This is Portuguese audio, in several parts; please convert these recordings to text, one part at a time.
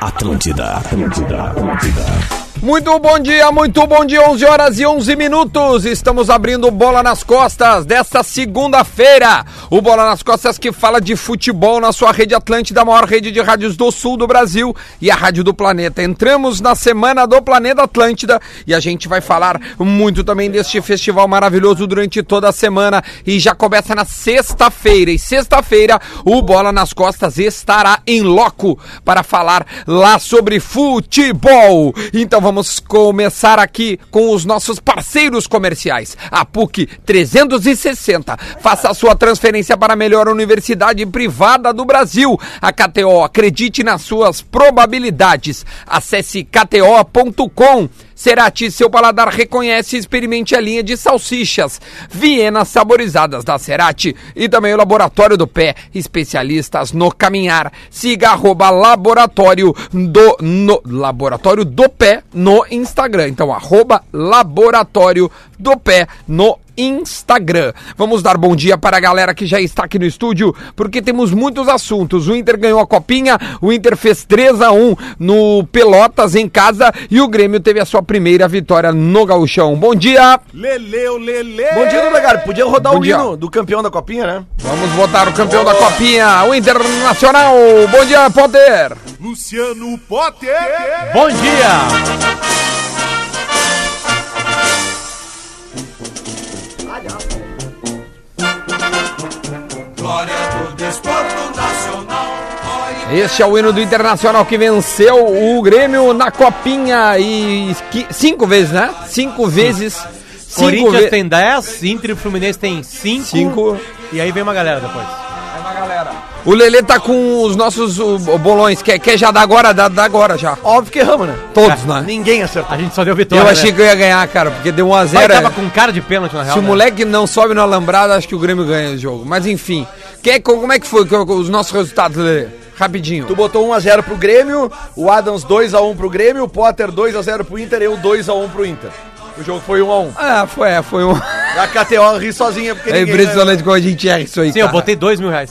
Atlântida, Atlântida, Atlântida. Muito bom dia, muito bom dia, 11 horas e 11 minutos. Estamos abrindo Bola nas Costas desta segunda-feira. O Bola nas Costas que fala de futebol na sua rede Atlântida, a maior rede de rádios do sul do Brasil e a rádio do planeta. Entramos na semana do Planeta Atlântida e a gente vai falar muito também deste festival maravilhoso durante toda a semana e já começa na sexta-feira. E sexta-feira o Bola nas Costas estará em loco para falar lá sobre futebol. Então vamos começar aqui com os nossos parceiros comerciais. A PUC 360. Faça a sua transferência para a melhor universidade privada do Brasil. A KTO, acredite nas suas probabilidades. Acesse kto.com. Cerati, seu paladar reconhece e experimente a linha de salsichas, vienas saborizadas da Cerati e também o Laboratório do Pé, especialistas no caminhar. Siga arroba laboratório do, no, laboratório do Pé no Instagram. Então, arroba laboratório do Pé no Instagram. Vamos dar bom dia para a galera que já está aqui no estúdio, porque temos muitos assuntos. O Inter ganhou a copinha, o Inter fez 3 a 1 no Pelotas em casa e o Grêmio teve a sua primeira vitória no Gauchão. Bom dia. Leleu, Lele! Bom dia, Donagar. Podia rodar Bom o dia. hino do campeão da copinha, né? Vamos votar o campeão da copinha, o Internacional. Bom dia, Potter. Luciano Potter! Bom dia! Este é o hino do Internacional que venceu o Grêmio na copinha e qui- cinco vezes, né? Cinco vezes. Cinco Corinthians vezes. tem 10, Inter e Fluminense tem 5. Cinco. E aí vem uma galera depois. O Lelê tá com os nossos o- o bolões. Quer, quer já dar agora? Dá, dá agora já. Óbvio que erramos, né? Todos, né? Ninguém acertou. A gente só deu vitória. Eu achei É. né? que eu ia ganhar, cara, porque deu 1 a Mas 0 tava com cara de pênalti na real. Se o né? moleque não sobe no alambrado, acho que o Grêmio ganha o jogo. Mas enfim. Quer, co- como é que foi que- os nossos resultados, Lelê? Rapidinho. Tu botou 1x0 pro Grêmio, o Adams 2x1 pro Grêmio, o Potter 2x0 pro Inter, eu 2x1 pro Inter. O jogo foi 1x1. Ah, foi, é, foi um. A, KTO ri sozinha porque É impressionante como a gente erra isso aí. né? Sim, eu cara. botei 2 mil reais.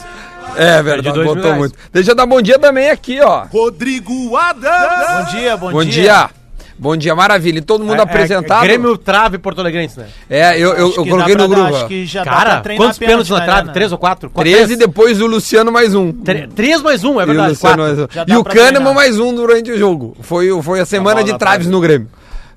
É Perdi verdade, dois botou mil reais. muito. Deixa eu dar bom dia também aqui, ó. Rodrigo Adams! Bom dia, Bom, dia. Bom dia, maravilha. E todo mundo É, é, apresentado. É, Grêmio Trave Porto Alegrense, né? eu, eu, eu que coloquei dá no pra grupo. ó. dar, acho que já dá Cara, pra treinar quantos pênaltis na trave? arena. 3 ou 4? 13 depois o Luciano mais um. 3 mais 1, um, E é o verdade. Luciano quatro. mais um. Já dá E o pra Cânimo treinar. mais um durante o jogo. Foi, o- foi a semana bola de na traves trave. no Grêmio.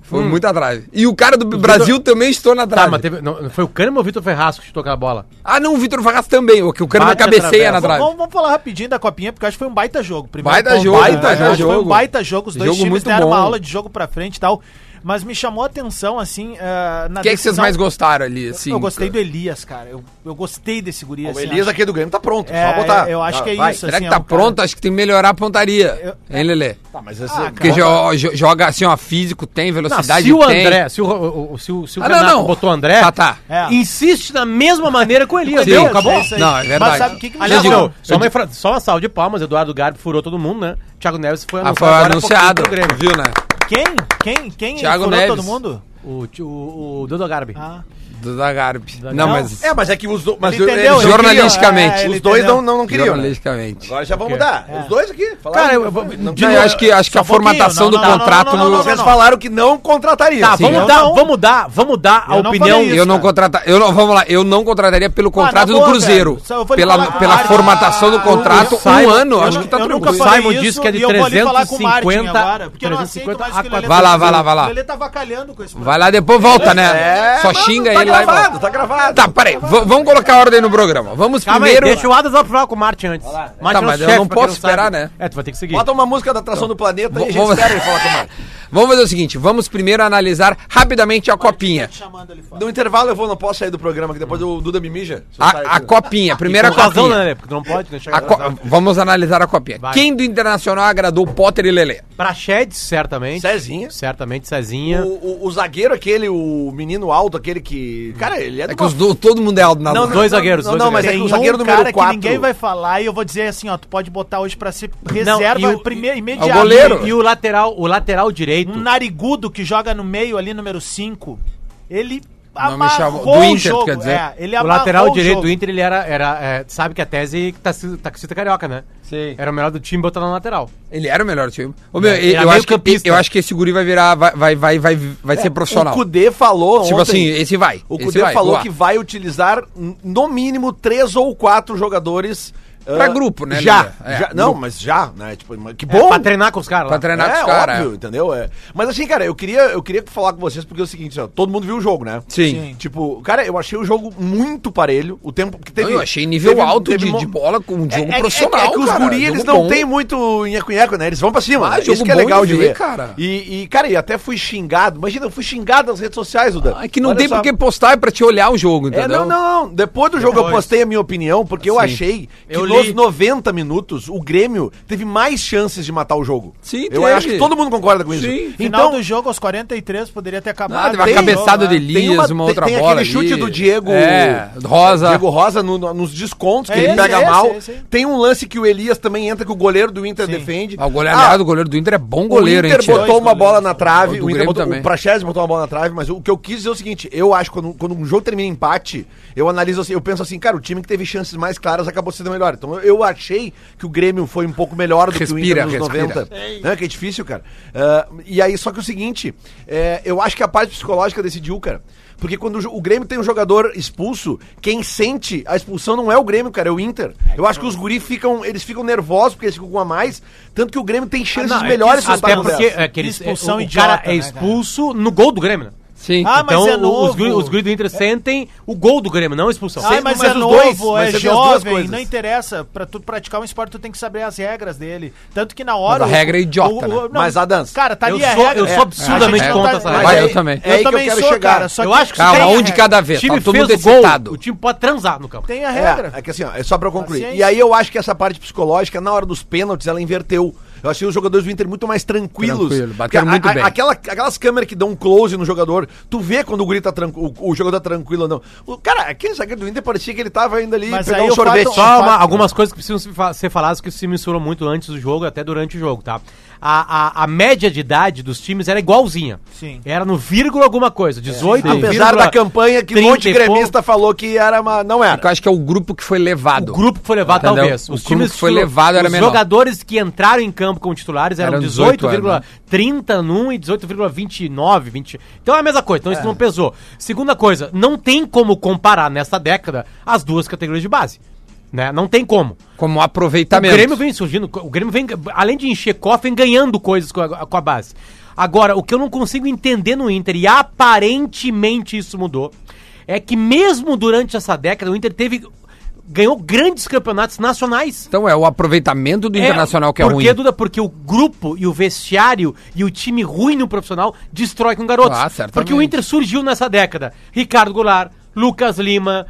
Foi muita trave. E o cara do Brasil também estou na Tá, trave. mas teve, não, não foi o Cânimo ou o Vitor Ferrasco que tocou a bola? Ah, não, o Vitor Vargas também. O que o Cânimo Bate a cabeceia na travessa. trave. Vamos, vamos falar rapidinho da copinha, porque eu acho que foi um baita jogo. Primeiro Baita ponto, jogo, né? baita Eu acho que jogo. Foi um baita jogo, os dois Jogo times muito deram uma bom. aula de jogo pra frente e tal. Mas me chamou a atenção, assim, ah, na O que, é que vocês decisão- mais gostaram ali? Assim, Eu gostei do Elias, cara. Eu, eu gostei desse guri, O assim, Elias ó. aqui do Grêmio tá pronto, É, só botar. eu acho Tá, que é vai. isso. Será assim, que é tá um cara- pronto? Acho que tem que melhorar a pontaria. Hein, Lelê? Tá, mas esse- Ah, Porque cara, jo- jo- joga assim, ó, físico tem, Não, velocidade se o tem. André, se o, o, o- se o, se o Ah, não, Renato não. botou o André, Tá, tá. É. insiste da mesma maneira com o Elias, Sim. deu, Elias, acabou. é isso aí. Não, é verdade. Mas sabe o que, que me Eu Aliás, digo- chamou? não, só, uma, infra- só uma salva de palmas, Eduardo Garbi furou todo mundo, né? Thiago Neves foi Ah, foi anunciado, agora há pouquinho pro Grêmio. viu, né? Quem? Quem? Quem Thiago furou Neves. todo mundo? O, ti- o, o Dudu Garbi. Ah. Do Zagarbi. Não, mas É, mas é que os dois. Mas Ele eu- entendeu, eles- ele jornalisticamente, queria, é, ele os dois entendeu. não, não, não queriam. né? jornalisticamente. Agora já vamos mudar. É. Os dois aqui. Falaram. Cara, eu, eu, de Não, Não, novo- eu acho que, acho que só a um pouquinho. formatação Não, do não, não, contrato não, não, no- não, vocês falaram que não contratariam. Tá, Sim. vamos Eu dar, não. vamos dar, vamos dar a Eu não opinião. falei isso. Eu não cara. contratar, eu não, vamos lá, eu não contrataria pelo contrato na do boa, Cruzeiro. velho. Só eu vou lhe Pela, falar- pela Ah, formatação do eu- contrato, eu um saio- ano, eu acho não- que tá eu nunca O tranquilo. falei Simon disse que é de e eu vou ali falar com o Martin 350, agora, porque eu não aceito 350 mais que o Lelê Vai lá, tá vai lá, fazendo. vai lá. O Lelê tá vacalhando com esse Vai lá, depois volta, né? É, Só mano, xinga tá ele lá e gravado, volta. Tá gravado. Tá, peraí, v- vamos colocar a ordem no programa. Vamos Calma primeiro. aí, deixa o Adas lá pra falar com o Martin antes. Martin Tá, é o mas eu chefe, não pra quem posso esperar, sabe. né? É, tu vai ter que seguir. Bota uma música da atração do planeta e a gente Vamos- espera ele falar com o Marcos. Vamos fazer o seguinte, vamos primeiro analisar rapidamente a copinha. chamando ali fora. No intervalo eu vou, não posso sair do programa, que depois o Duda me mija. Se eu sair Hum. A, a do- copinha, primeira Com razão, né, copinha. Lelê? Porque tu não pode deixar... A co- Vamos analisar a copinha. Vai. Quem do Internacional agradou Potter e Lelê? Praxedes, certamente. Cezinha. Certamente, O, Cezinha. o- o zagueiro aquele, o menino alto, aquele que... Cara, ele é do... É que os do- todo mundo é alto na Não, dupla. dois zagueiros, Não, dois não, mas é Tem que o um zagueiro cara número 4... que ninguém vai falar e eu vou dizer assim, ó, tu pode botar hoje pra ser reserva e o- primeiro, imediato. É o goleiro. E o lateral, o lateral direito. Um narigudo que joga no meio ali, número 5. Ele Não me chamou- amarrou do o Inter, tu jogo. quer dizer? É, ele o amarrou lateral direito jogo. do Inter, ele era. era é, sabe que a tese tá, taxista carioca, né? Sim. Era o melhor do time botar na lateral. Ele era o melhor time. Ô, meu, Ele era eu, acho que, meio-campista. eu acho que esse guri vai virar. Vai, vai, vai, vai, vai ser profissional. É, O Cudê falou Tipo assim, ontem- esse vai. O esse Cudê vai, falou voar. que vai utilizar, n- no mínimo, três ou quatro jogadores. Pra ah, grupo, né, Já. Lelê? É, já- não, mas já, né? Tipo, mas que bom. É, Pra treinar com os caras. Pra lá. treinar com é, os caras. óbvio, entendeu? É. Mas assim, cara, eu queria, eu queria falar com vocês porque é o seguinte, ó, todo mundo viu o jogo, né? Sim. Sim. Tipo, cara, eu achei o jogo muito parelho. O tempo que teve. Não, eu achei nível teve- alto teve de, mo- de bola com um É, jogo é- é- profissional. é que os cara, guri, eles jogo não bom. têm muito nheco-nheco, né? Eles vão pra cima. Ah, né? jogo Isso que é bom de legal de ver, ver, cara. E, e, cara, e até fui xingado. Imagina, eu fui xingado nas redes sociais, Duda. Ah, É que não Olha tem só. por que postar é pra te olhar o jogo, entendeu? É, não, não, não. Depois do jogo eu postei a minha opinião, porque eu Sim. achei que Eu nos li. 90 minutos o Grêmio teve mais chances de matar o jogo. Sim, Eu teve. acho que todo mundo concorda com isso. Sim. Final Então, do jogo, aos 43, poderia ter Ah, acabado. teve uma Tem cabeçada jogo, do né? Elias, tem uma- uma tem- outra tem bola. aquele chute ali. do Diego- É, Rosa. Diego Rosa no- no- nos descontos que É ele esse, pega esse, mal. esse aí. Tem um lance que o Elias também entra que o goleiro do Inter defende. Ah, o goleiro, Ah, aliás, o goleiro do Inter é bom goleiro, o Inter hein, Tchê? botou uma bola na O trave, do o, Inter Grêmio botou, também. o Praxedes botou uma bola na trave, mas o que eu quis dizer é o seguinte, eu acho que quando, quando um jogo termina em empate, eu analiso assim, eu penso assim, cara, o time que teve chances mais claras acabou sendo melhor. Então eu, eu achei que o Grêmio foi um pouco melhor do que o Respira, Inter nos respira. 90. Né, que é difícil, cara. Ah, e aí, só que o seguinte, é, eu acho que a parte psicológica decidiu, cara. Porque quando o jo- o Grêmio tem um jogador expulso, quem sente a expulsão não é o Grêmio, cara, é o Inter. Eu acho que os guri ficam, eles ficam nervosos porque eles ficam com um a mais, tanto que o Grêmio tem chances Ah, não, é melhores que isso pra Até estar com porque dessa. é, que eles, Expulsão o, o idiota, cara né, é expulso no gol do Grêmio, né? Sim. Ah, mas então, é novo. os guri, os guri do Inter sentem o gol do Grêmio, não a expulsão. Ai, mas, mas é os novo, dois, mas é você tem as duas jovem, coisas. não interessa. Pra tu praticar um esporte, tu tem que saber as regras dele. Tanto que na hora. Mas a o- regra é idiota, né? Mas a dança. Cara, tá Eu ali a sou- regra. eu sou É, a absurdamente gente não contra essa mas regra. aí- Eu também. É aí que eu também quero sou, chegar. cara. Só Eu acho que tem é. Calma, a um de regra. cada o vez. time Tá todo fez mundo o gol, excitado. o time pode transar no campo. Tem a regra. É, é que assim, ó, é só pra eu concluir. Paciência. E aí eu acho que essa parte psicológica, na hora dos pênaltis, ela inverteu. Eu achei os jogadores do Inter muito mais tranquilos. Tranquilo, Porque bateram muito bem. Aquela, aquelas câmeras que dão um close no jogador, tu vê quando o guri tá tranquilo, o jogador tá tranquilo ou não. O, cara, aquele zagueiro do Inter parecia que ele tava indo ali Mas pegar aí um o fato- sorvete. o Só uma- né? fato- algumas coisas que precisam se fa- ser faladas que se misturou muito antes do jogo, até durante o jogo, tá? A, a, a média de idade dos times era igualzinha. Sim. Era no vírgula alguma coisa, É. 18 Apesar da campanha que um monte de gremista falou que era uma, não era. Eu acho que é o grupo que foi levado. O grupo que foi levado, Entendeu? talvez. O grupo que foi levado era Os menor. jogadores que entraram em campo como titulares eram, Eram né? 18,30 num e 18,29, 20. Então é a mesma coisa, então isso não pesou. Segunda coisa, não tem como comparar nessa década as duas categorias de base. Né? Não tem como. Como um O aproveitamento. Grêmio vem surgindo, o Grêmio vem, além de encher cofre, vem ganhando coisas com a, com a base. Agora, o que eu não consigo entender no Inter, e aparentemente isso mudou, é que mesmo durante essa década, o Inter teve. ganhou grandes campeonatos nacionais. Então é o aproveitamento do Internacional que é porque, ruim. Duda, porque o grupo e o vestiário e o time ruim no profissional destrói com garotos. Ah, certamente. porque o Inter surgiu nessa década. Ricardo Goulart, Lucas Lima,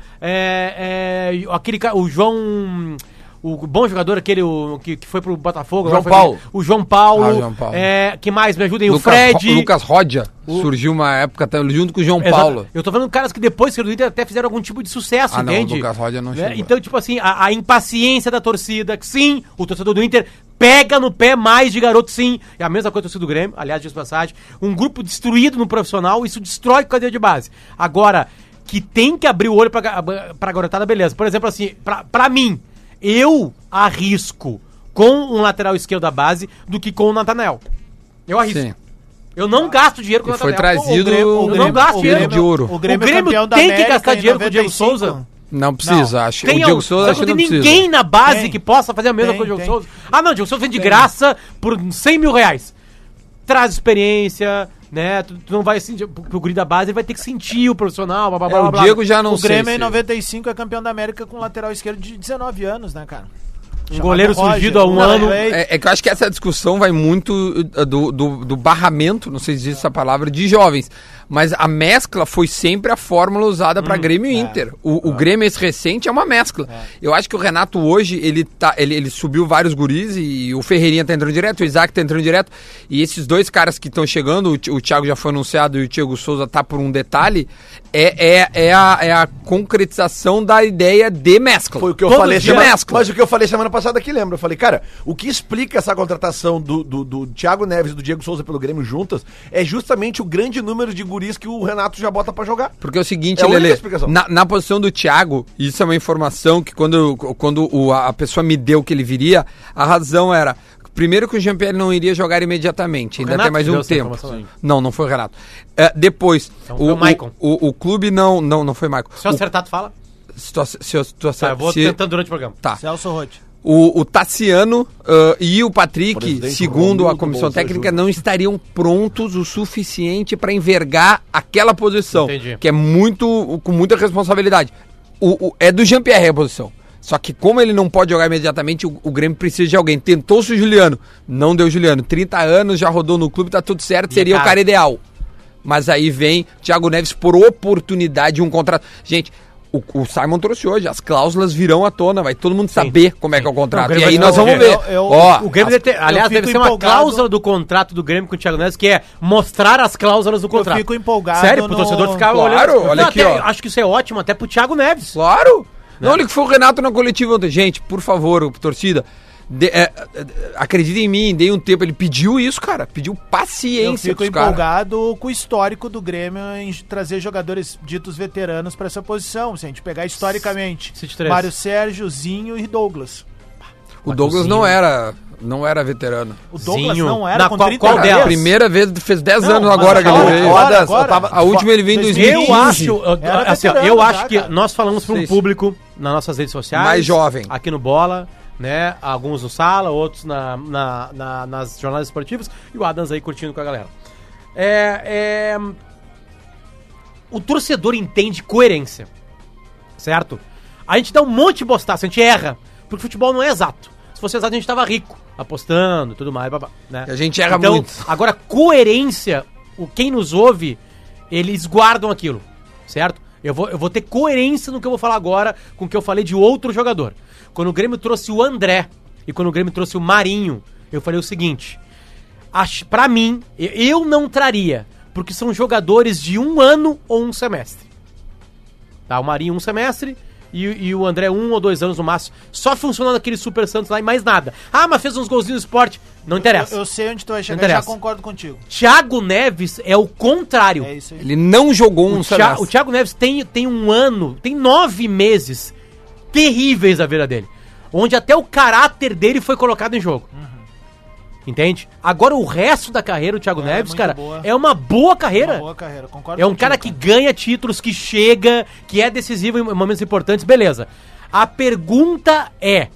é, é, aquele ca- o João. O bom jogador, aquele o, que, que foi pro Botafogo. João agora foi- Paulo. O João Paulo. Ah, João Paulo. é, que mais? Me ajudem. o Lucas Fred. Ro- Lucas Rodia surgiu uma época tá, junto com o João Exato. Paulo. Eu tô falando caras que depois que do Inter até fizeram algum tipo de sucesso, Ah, não, entende? o Lucas Rodia não Né? chegou. Então, tipo assim, a, a impaciência da torcida, que sim, o torcedor do Inter pega no pé mais de garoto, sim. É a mesma coisa do torcedor do Grêmio, aliás, dias passagem. Um grupo destruído no profissional, isso destrói cadeia de base. Agora, que tem que abrir o olho pra, ga- pra garotada, beleza. Por exemplo, assim, pra, pra mim, eu arrisco com um lateral esquerdo da base do que com o Natanel. Eu arrisco. Sim. Eu não gasto dinheiro com E foi Nathanael. trazido Eu não gasto dinheiro. de ouro. O Grêmio, O Grêmio campeão da tem que América gastar em dinheiro com o Diego 95. Souza. Não precisa, acho. Tem o Diego Souza só acho que não não tem precisa. ninguém na base Tem. que possa fazer a mesma Tem, coisa que o Diego tem. Souza. Ah, não, o Diego Souza vem de graça por 100 mil reais. Traz experiência, né? Tu, tu não vai sentir. Pro, pro guri da base, ele vai ter que sentir o profissional, blá blá blá. É, o blá, blá. Diego já não o Grêmio sei. em se- 95 é campeão da América com lateral esquerdo de 19 anos, né, cara? Um goleiro Chamado surgido há Roger. um Não, ano. eu errei. É, é que eu acho que essa discussão vai muito uh, do, do, do barramento, não sei se diz essa palavra, de jovens. Mas a mescla foi sempre a fórmula usada para Grêmio e Inter. O, o Grêmio esse recente é uma mescla. Eu acho que o Renato hoje, ele, tá, ele, ele subiu vários guris e o Ferreirinha tá entrando direto, o Isaac tá entrando direto. E esses dois caras que estão chegando, o, Thi- o Thiago já foi anunciado e o Thiago Souza tá por um detalhe, é, é, é, a, é a concretização da ideia de mescla. Foi o que eu Todo falei dia semana, mescla. Mas o que eu falei semana passada aqui, lembra? Eu falei, cara, o que explica essa contratação do, do, do Thiago Neves e do Diego Souza pelo Grêmio juntas é justamente o grande número de por isso que o Renato já bota pra jogar. Porque é o seguinte, É a única Lele, explicação. na, na posição do Thiago, isso é uma informação que quando, quando o- a a pessoa me deu que ele viria, a razão era. Primeiro que o Jean-Pierre não iria jogar imediatamente, ainda Renato tem mais que deu um essa tempo. informação, né? Então, Não, não foi o Renato. É, depois, foi o Maicon. o, o clube não, não, não foi Maicon. Se eu acertar, tu fala. O, se tu ace- se eu- se tu Tá, ace- eu vou se- tentando durante o programa. Tá. Celso Rotti. O, o Tassiano ah, e o Patrick, Presidente segundo a Romildo comissão Bolzan técnica, Júnior. não estariam prontos o suficiente para envergar aquela posição, Entendi. que é muito com muita responsabilidade. O, o- é do Jean-Pierre a posição. Só que como ele não pode jogar imediatamente, o, o Grêmio precisa de alguém. Tentou-se o Juliano, não deu Juliano. 30 anos, já rodou no clube, tá tudo certo, seria o cara. cara ideal. Mas aí vem Thiago Neves por oportunidade de um contrato. Gente, o, o Simon trouxe hoje, as cláusulas virão à tona, vai todo mundo saber como é que é o Não, o contrato. Grêmio e aí vai nós ter um vamos ver. jeito. Eu- eu- Ó, O Grêmio As- deve ter, eu aliás, deve fico ser uma empolgado. cláusula do contrato do Grêmio com o Thiago Neves que é mostrar as cláusulas do contrato. fico empolgado Sério, pro no- torcedor ficar Claro, olhando. olha Não, aqui, até- ó. Acho que isso é ótimo até pro Thiago Neves. claro! Né? Não, olha o que foi o Renato na coletiva ontem. Gente, por favor, torcida, de, é, é, acreditem em mim, dei um tempo. Ele pediu isso, cara. Pediu Eu paciência fico pros caras. empolgado com o histórico do Grêmio em trazer jogadores ditos veteranos pra essa posição. Se a gente pegar historicamente, City três. Mário Sérgio, Zinho e Douglas. O Douglas não era, não era veterano. O Douglas Zinho. não era Na com qual- 30 qual anos. delas? A primeira vez, fez 10 Não, anos mas agora que ele agora, veio. agora, eu agora. tava- A última ele veio em 2015. Eu acho, eu- Era assim, ó, veterano eu já, acho que cara. nós falamos para um né? Sim. público nas nossas redes sociais, Mais jovem. aqui no Bola, né? Alguns no Sala, outros na, na- na- nas jornadas esportivas e o Adams aí curtindo com a galera. É, é, o torcedor entende coerência, certo? A gente dá um monte de bostaço, a gente erra, porque futebol não é exato. Se fosse exato, a gente tava rico, apostando, tudo mais, babá, né? E a gente erra então, muito. Agora, coerência, o quem nos ouve, eles guardam aquilo, certo? Eu vou, eu vou ter coerência no que eu vou falar agora com o que eu falei de outro jogador. Quando o Grêmio trouxe o André e quando o Grêmio trouxe o Marinho, eu falei o seguinte: ach- pra mim, e- eu não traria, porque são jogadores de um ano ou um semestre. Tá, o Marinho um semestre e, e o André um ou dois anos no máximo. Só funcionando aquele Super Santos lá e mais nada. Ah, mas fez uns golzinhos no esporte. Não interessa. Eu, eu sei onde tu vai chegar, Não já interessa. concordo contigo. Thiago Neves é o contrário. É isso aí. Ele não jogou um o, Thia- semestre. o Thiago Neves tem, tem um ano, tem nove meses terríveis à vida dele. Onde até o caráter dele foi colocado em jogo. Uhum. Entende? Agora o resto da carreira, o Thiago É, Neves, muito cara, boa. é uma boa carreira. Uma boa carreira, concordo É um contigo, cara que ganha títulos, que chega, que é decisivo em momentos importantes, beleza. A pergunta é: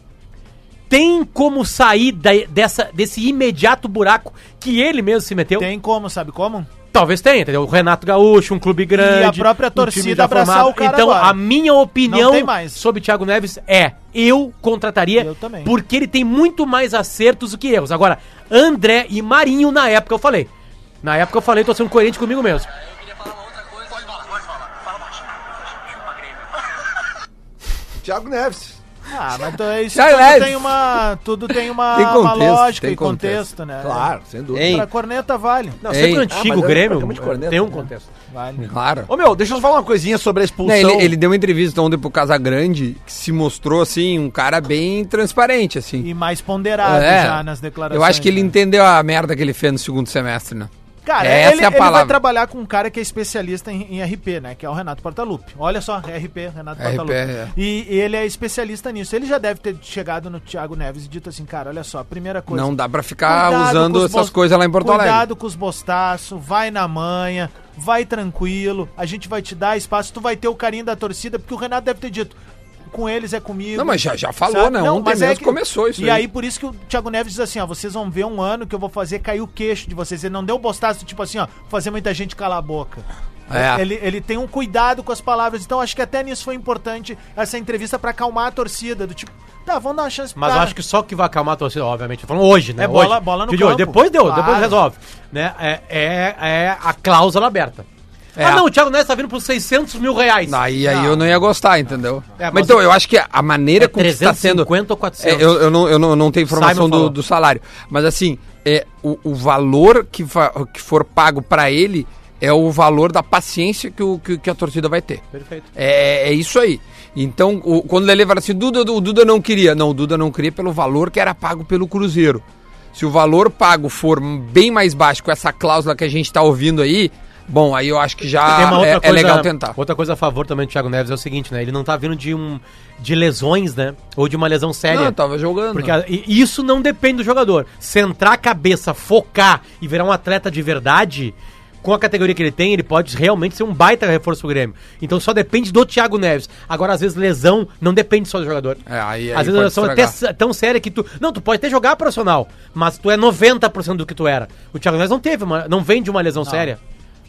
tem como sair da- dessa, desse imediato buraco que ele mesmo se meteu? Tem como, sabe como? Talvez tenha, entendeu? O Renato Gaúcho, um clube grande. E a própria um time torcida já abraçar o cara Então, agora. a minha opinião Não tem mais. sobre Thiago Neves é: eu contrataria. Eu também. Porque ele tem muito mais acertos do que erros. Agora, André e Marinho, na época eu falei. Na época eu falei, tô sendo coerente comigo mesmo. Eu queria falar uma outra coisa. Pode falar, pode falar. Fala baixinho. Chupa Grêmio. Thiago Neves. Ah, mas então é isso Já tudo leve. tem uma, tudo tem uma, Tem uma contexto, lógica tem e contexto, né? Claro, sem dúvida. É. Hein? Pra corneta vale. Não, Ei. sempre o Ah, mas antigo é Grêmio praticamente corneta, tem um né? contexto. Vale. Claro. Ô meu, deixa eu só falar uma coisinha sobre a Né, expulsão. ele, ele deu uma entrevista ontem pro Casagrande que se mostrou, assim, um cara bem transparente, assim. E mais ponderado É. já nas declarações. Eu acho que ele né? entendeu a merda que ele fez no segundo semestre, né? Cara, Essa ele, é a ele palavra. vai trabalhar com um cara que é especialista em, em RP, né? Que é o Renato Portaluppi. Olha só, RP, Renato RP, Portaluppi. é. E ele é especialista nisso. Ele já deve ter chegado no Thiago Neves e dito assim, cara, olha só, primeira coisa. Não dá pra ficar Cuidado com usando os essas bos- coisas lá em Porto Alegre. Cuidado com os bostaços, vai na manha, vai tranquilo, a gente vai te dar espaço, tu vai ter o carinho da torcida, porque o Renato deve ter dito, com eles é comigo. Não, mas já- já falou, né? Ontem mas é mesmo começou isso E aí. aí, por isso que o Thiago Neves diz assim, ó, vocês vão ver um ano que eu vou fazer cair o queixo de vocês. Ele não deu bostaço, tipo assim, ó, vou fazer muita gente calar a boca. É. Ele, ele tem um cuidado com as palavras, então acho que até nisso foi importante essa entrevista pra acalmar a torcida, do tipo, tá, vamos dar uma chance pro Mas eu cara. acho que só que vai acalmar a torcida, obviamente, falando hoje, né? É bola- hoje. bola no Filho, hoje. campo. Depois deu, depois Claro. resolve. Né? É, é, é a cláusula aberta. É. Ah, não, o Thiago Neves tá vindo por 600 mil reais. Aí, aí eu não ia gostar, entendeu? É, mas, mas então, o- eu acho que a maneira É como está sendo... 350 ou 400. É, eu, eu não, eu não, eu não tenho informação Simon do, falou. do salário. Mas assim, é, o, o valor que, fa- que for pago pra ele é o valor da paciência que, o, que, que a torcida vai ter. Perfeito. É, é isso aí. Então, o- quando o Lele fala assim, Duda, o Duda não queria. Não, o Duda não queria pelo valor que era pago pelo Cruzeiro. Se o valor pago for bem mais baixo com essa cláusula que a gente está tá ouvindo aí, Bom, aí eu acho que E tem já uma outra é, é coisa- legal tentar. Outra coisa a favor também do Thiago Neves é o seguinte, né? Ele não tá vindo de um de lesões, né? Ou de uma lesão séria. Não, tava jogando. Porque a- e- isso não depende do jogador. Centrar a cabeça, focar e virar um atleta de verdade, com a categoria que ele tem, ele pode realmente ser um baita reforço pro Grêmio. Então só depende do Thiago Neves. Agora, às vezes, lesão não depende só do jogador. É, aí- aí às vezes, a pode lesão é até estragar. s- tão séria que tu. Não, tu pode até jogar profissional, mas tu é 90% do que tu era. O Thiago Neves não teve, uma, não vem de uma lesão séria.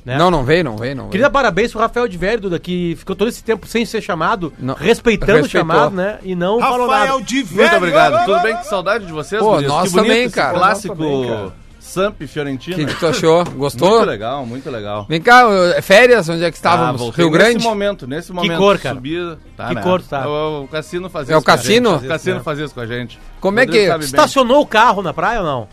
né? Não, não veio, não veio, não veio. Queria dar parabéns pro Rafael de Velho, Duda, que ficou todo esse tempo sem ser chamado, Não. respeitando o Respeitou. chamado, né? E não falou nada. Rafael de Velho. Muito obrigado. Tudo bem? Que saudade de vocês, Pô, meninos. nós que bonito também, esse cara. clássico Nós também, cara. Samp e O que, Fiorentina. que tu achou? Gostou? Muito legal, muito legal. Vem cá, eu- é férias? Onde é que Ah, estávamos? voltei Rio Grande? Nesse momento, nesse momento. cor, cara? Subir, tá, Que cor tu tá? O, o Cassino fazia É o isso com a Cassino? gente. O Cassino fazia isso com a gente. Como é Rodrigo que- sabe bem. Estacionou o carro na praia ou não?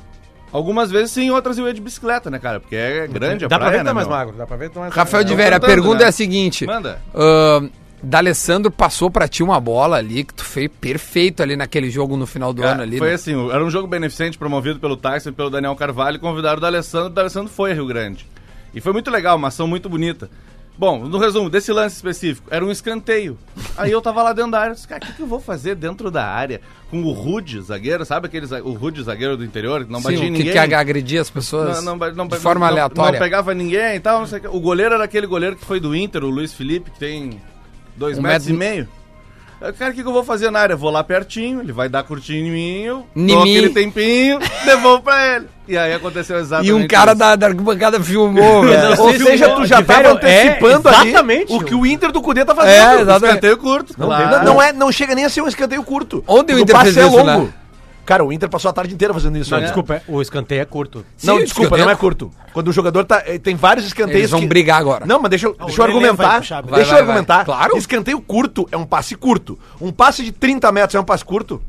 Algumas vezes sim, outras eu ia de bicicleta, né, cara? Porque é grande a dá pra ver praia, que né, tá mais meu? magro, dá pra ver que tá mais Rafael magro. de eu Vera, a tentando, pergunta né? é a seguinte. Manda. ahn, D'Alessandro passou pra ti uma bola ali que tu fez perfeito ali naquele jogo no final do Cara, ano ali. foi né? assim, o- era um jogo beneficente promovido pelo Tyson e pelo Daniel Carvalho, convidaram o D'Alessandro, o D'Alessandro foi a Rio Grande. E foi muito legal, uma ação muito bonita. Bom, no resumo, desse lance específico, era um escanteio. Aí eu tava lá dentro da área, disse, cara, o que, que eu vou fazer dentro da área? Com o Rude, zagueiro, sabe aquele za- o Rude, zagueiro do interior, que não batia Sim, em o que, ninguém? que agredia as pessoas Não, não, ba- não, de ba- forma não- aleatória. Não pegava ninguém e tal, não sei o que. O goleiro era aquele goleiro que foi do Inter, o Luiz Felipe, que tem dois Um metros metro- e meio. Eu, Cara, o que, que eu vou fazer na área? Eu vou lá pertinho, ele vai dar curtinho em mim, eu Em dou mim. aquele tempinho, devolvo pra ele. E aí aconteceu exatamente E um cara isso. da, da arquibancada filmou, É, velho. É, assim, Ou sei se seja, o- tu já de velho, tava antecipando é, ali exatamente. o que o Inter do Cudê tá É, fazendo. exato. exatamente. Escanteio curto, claro. não, é, não chega nem a ser um escanteio curto. Onde o O Inter passe fez é isso, longo. né? Cara, o Inter passou a tarde inteira fazendo isso. Não, né? Desculpa, é- o escanteio é curto. Não, Sim, desculpa, escanteio. não é curto. Quando o jogador tá. eh, Tem vários escanteios. Eles vão brigar agora. Não, mas deixa eu, deixa eu o Lelê vai argumentar. puxar, deixa vai, eu vai, argumentar. vai. Claro. Escanteio curto é um passe curto. Um passe de 30 metros é um passe curto.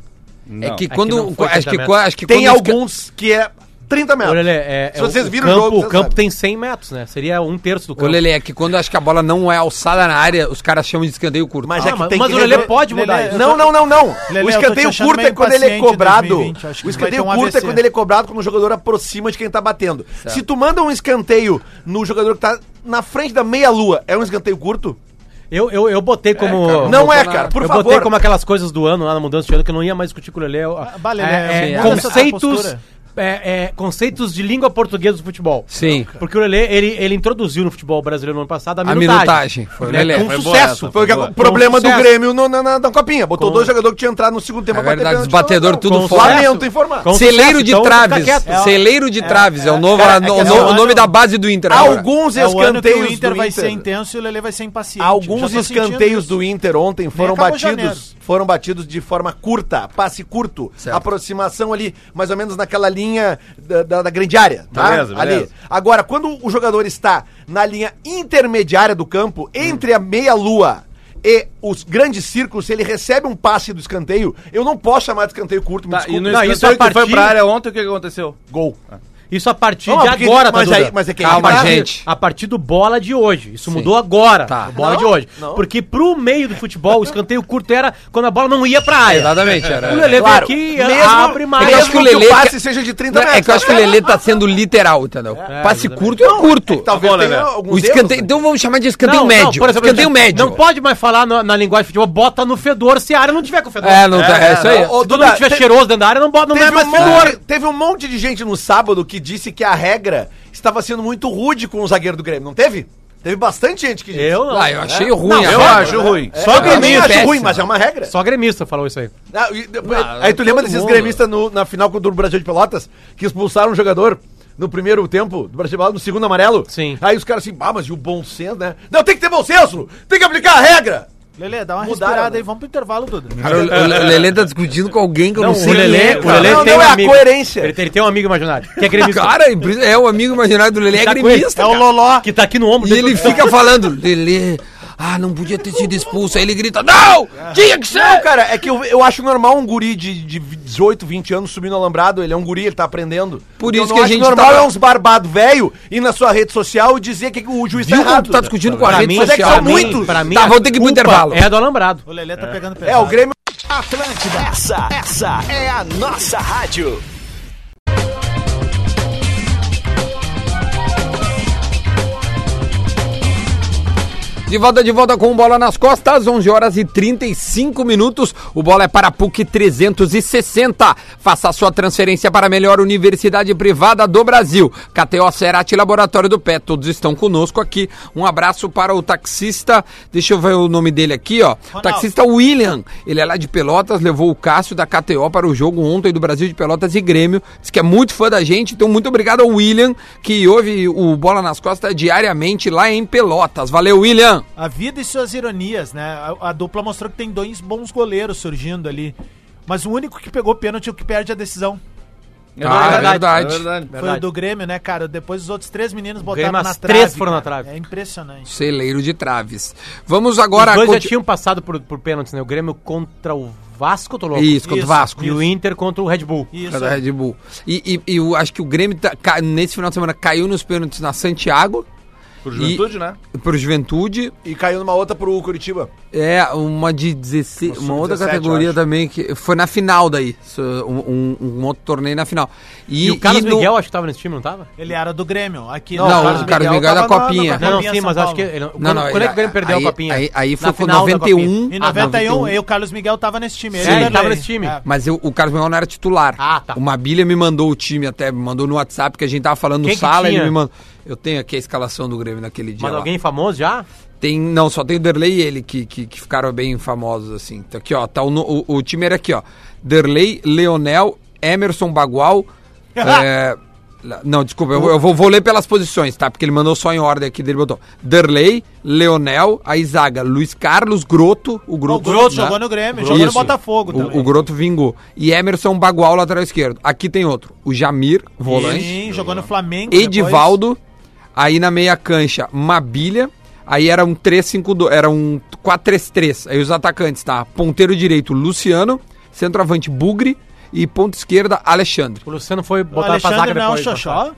É Não. que que quando. não foi acho, que, tratamento. qua- acho que Tem quando esca- alguns que é 30 metros. Olha, Lelê, é, Se é vocês o, viram o o campo, jogo, o vocês campo sabem. tem 100 metros, né? Seria um terço do Ô, campo. Lele, é que quando acho que a bola não é alçada na área, os caras chamam de escanteio curto. Mas Ah, é que mas- tem mas que o Lelê rever- pode mudar isso. Não, não, não, não. Lelê, o eu tô te inescanteio achando curto é meio quando ele é impaciente em cobrado. 2020, acho que o vai ter escanteio um curto é AVC. quando ele é cobrado, quando o jogador aproxima de quem tá batendo. Se tu manda um escanteio no jogador que tá na frente da meia-lua, é um escanteio curto? Eu, eu, eu botei como. cara, Não é, botou na- cara. Por eu favor. botei como aquelas coisas do ano lá na mudança de ano que eu não ia mais discutir com o Lelê. eu- Ah, bah, Lelê, é, é, muda essa conceitos, postura. é, é, conceitos de língua portuguesa do futebol. Sim. Porque o Lelê, ele, ele introduziu no futebol brasileiro no ano passado a A minutagem. minutagem, foi o né? Lelê. Com Foi boa sucesso. essa, Foi o que- boa. o um problema do Sucesso. Grêmio no- na, na, na copinha. Botou Com- dois jogadores que tinha entrado no segundo tempo É pra verdade, bater os pênalti, batedor não, tudo não. fora. um Lamento informar. Com Celeiro sucesso, de então fica Traves. quieto. É, Celeiro de Traves. É o novo, Cara, a- é que o esse no- ano- o nome da base do Inter agora. Alguns É o ano que escanteios o Inter do vai ser intenso e o Lelê vai ser impaciente. Alguns escanteios do Inter ontem foram acabou batidos, janeiro. foram batidos de forma curta, passe curto, Certo. aproximação ali, mais ou menos naquela linha da, da- da grande área, tá? Beleza, ali. beleza. Agora, quando o jogador está na linha intermediária do Hum. campo, entre a meia-lua e os grandes círculos, se ele recebe um passe do escanteio, eu não posso chamar de escanteio curto, me Tá, e desculpe. é no Não, escanteio isso a que foi partir- pra área É, ontem, o que que aconteceu? Gol. É Isso a partir Não, de porque- agora, tá, mas Duda? aí- mas é que aí Calma, que tá. gente. A partir do bola de hoje. Isso mudou agora. Tá. Tá. Bola de hoje. Porque pro meio do futebol, o escanteio curto era quando a bola não ia pra área. Exatamente, era. O Lelê Claro. vem aqui, Mesmo- abre mais. Eu acho que o Lelê- passe seja de 30 um Não, metros. é que eu acho que o Lelê tá sendo literal, entendeu? Passe curto é curto. Talvez Agora, tenha né? tá alguns O erros, escanteio, né? então vamos chamar de escanteio médio. por exemplo, escanteio não- um médio. Não pode mais falar na, na linguagem de futebol, bota no fedor se a área não tiver com fedor. É, não tá- é É, isso aí. não, ô, Se todo Duda, mundo tiver te- cheiroso dentro da área, não bota, não é Teve, mais um fedor. monte, teve um monte de gente no sábado que disse que a regra estava sendo muito rude com o zagueiro do Grêmio, não teve? Teve bastante gente que disse. Eu não. Ah, eu achei ruim. eu agora. acho ruim. É, Só eu também gremista. acho Péssimo. ruim, mas é uma regra. Só gremista falou isso aí. Ah, e depois- aí tu lembra desses mundo. gremistas no- na final contra o Brasil de Pelotas que expulsaram um jogador no primeiro tempo do Brasil de Pelotas, no segundo amarelo? Sim. Aí os caras assim, ah, mas e o bom senso, né? Não, tem que ter bom senso! Tem que aplicar a regra! Lelê, dá uma Mudaram, respirada né? aí, vamos pro intervalo, Duda. Cara, o, o Lelê tá discutindo com alguém que eu não, sei. o quem Lelê, é, o cara. Lelê Não, tem não, um é a amigo. coerência. Ele, tem- ele tem um amigo imaginário, que é gremista. Cara, é o amigo imaginário do Lelê, é Tá com ele. gremista. É o cara. Loló. Que tá aqui no ombro E dele. ele fica falando, Lelê, ah, não podia ter sido expulso. Aí ele grita, não! Tinha que Não, ser! cara, é que eu, eu acho normal um guri de, de 18, 20 anos subir no alambrado. Ele é um guri, ele tá aprendendo. Por O eu isso não que a acho gente normal tá- é uns barbados velho ir na sua rede social e dizer que o juiz tá Viu como errado. tu tá discutindo com a Pra rede mim, mas é que social? são muitos. Pra mim, Tá, a vamos ter que ir pro culpa intervalo. É do alambrado. O Lelê tá pegando É, o Grêmio Essa, essa é a nossa rádio. De volta, de volta com o Bola nas Costas, 11 horas e 35 minutos. O Bola é para a PUC 360. Faça a sua transferência para a melhor universidade privada do Brasil. KTO Serati Laboratório do Pé, todos estão conosco aqui. Um abraço para o taxista, deixa eu ver o nome dele aqui, ó. O Taxista William, ele é lá de Pelotas, levou o Cássio da KTO para o jogo ontem do Brasil de Pelotas e Grêmio. Diz que é muito fã da gente, então muito obrigado ao William, que ouve o Bola nas Costas diariamente lá em Pelotas. Valeu, William! A vida e suas ironias, né? A, a dupla mostrou que tem dois bons goleiros surgindo ali. Mas o único que pegou pênalti é o que perde a decisão. Ah, é verdade. Foi Verdade. o do Grêmio, né, cara? Depois os outros três meninos botaram Grêmio, na as trave. três foram cara. na trave. É impressionante. Celeiro de Traves. Vamos Os agora. dois já conti- tinham passado por, por pênaltis, né? O Grêmio contra o Vasco, tô louco. Isso, contra o Isso. Vasco. E o Inter contra o Red Bull. Isso. Cara da é Red Bull. E, e- e eu acho que o Grêmio, tá- ca- nesse final de semana, caiu nos pênaltis na Santiago, Por juventude, né? pro Juventude. E caiu numa outra pro Curitiba. É, uma de 16. No uma outra sub-17, categoria eu acho. também, que foi na final daí. isso, Um, um- um outro torneio na final. E, o Carlos e no- Miguel, acho que tava nesse time, não tava? Ele era do Grêmio. Aqui Não, na o Varsa. Carlos Miguel é da tava na- Copinha. na Não, não, Copinha sim, São mas acho Paulo. que. Ele, Não, quando, não, quando ele- é que o Grêmio perdeu aí- a copinha? aí- aí foi com final da 91. Copinha. Em Ah, 91, e o Carlos Miguel tava nesse time. Sim, ele era tava nesse time. É. Mas eu- o Carlos Miguel não era titular. Ah, tá. O Mabilha me mandou o time até, me mandou no WhatsApp que a gente tava falando Quem no que sala, ele tinha? me mandou. Eu tenho aqui a escalação do Grêmio naquele dia. Mas lá. alguém famoso já? Tem, não, só tem o Derlei e ele que, que, que ficaram bem famosos, assim. Tá aqui, ó, tá o, no- o, o time era aqui, ó. Derlei, Leonel, Emerson Bagual. é, la- não, desculpa, eu, vou- eu vou, vou ler pelas posições, tá? Porque ele mandou só em ordem aqui, dele botou. Derlei, Leonel, aí zaga, Luiz Carlos, Groto. O O Groto, né? Groto jogou no Grêmio, jogou no Isso. Botafogo O, também. o Groto vingou. E Emerson Bagual, lateral esquerdo. Aqui tem outro. O Jamir, volante. Sim, jogou no Flamengo. depois. Edivaldo, aí na meia cancha, Mabilha, aí era um 3-5-2, era um 4-3-3, aí os atacantes, tá? Ponteiro direito, Luciano, centroavante, Bugre, e ponta esquerda, Alexandre. O Luciano foi O botar pra zaga Alexandre não é o depois. Xoxó?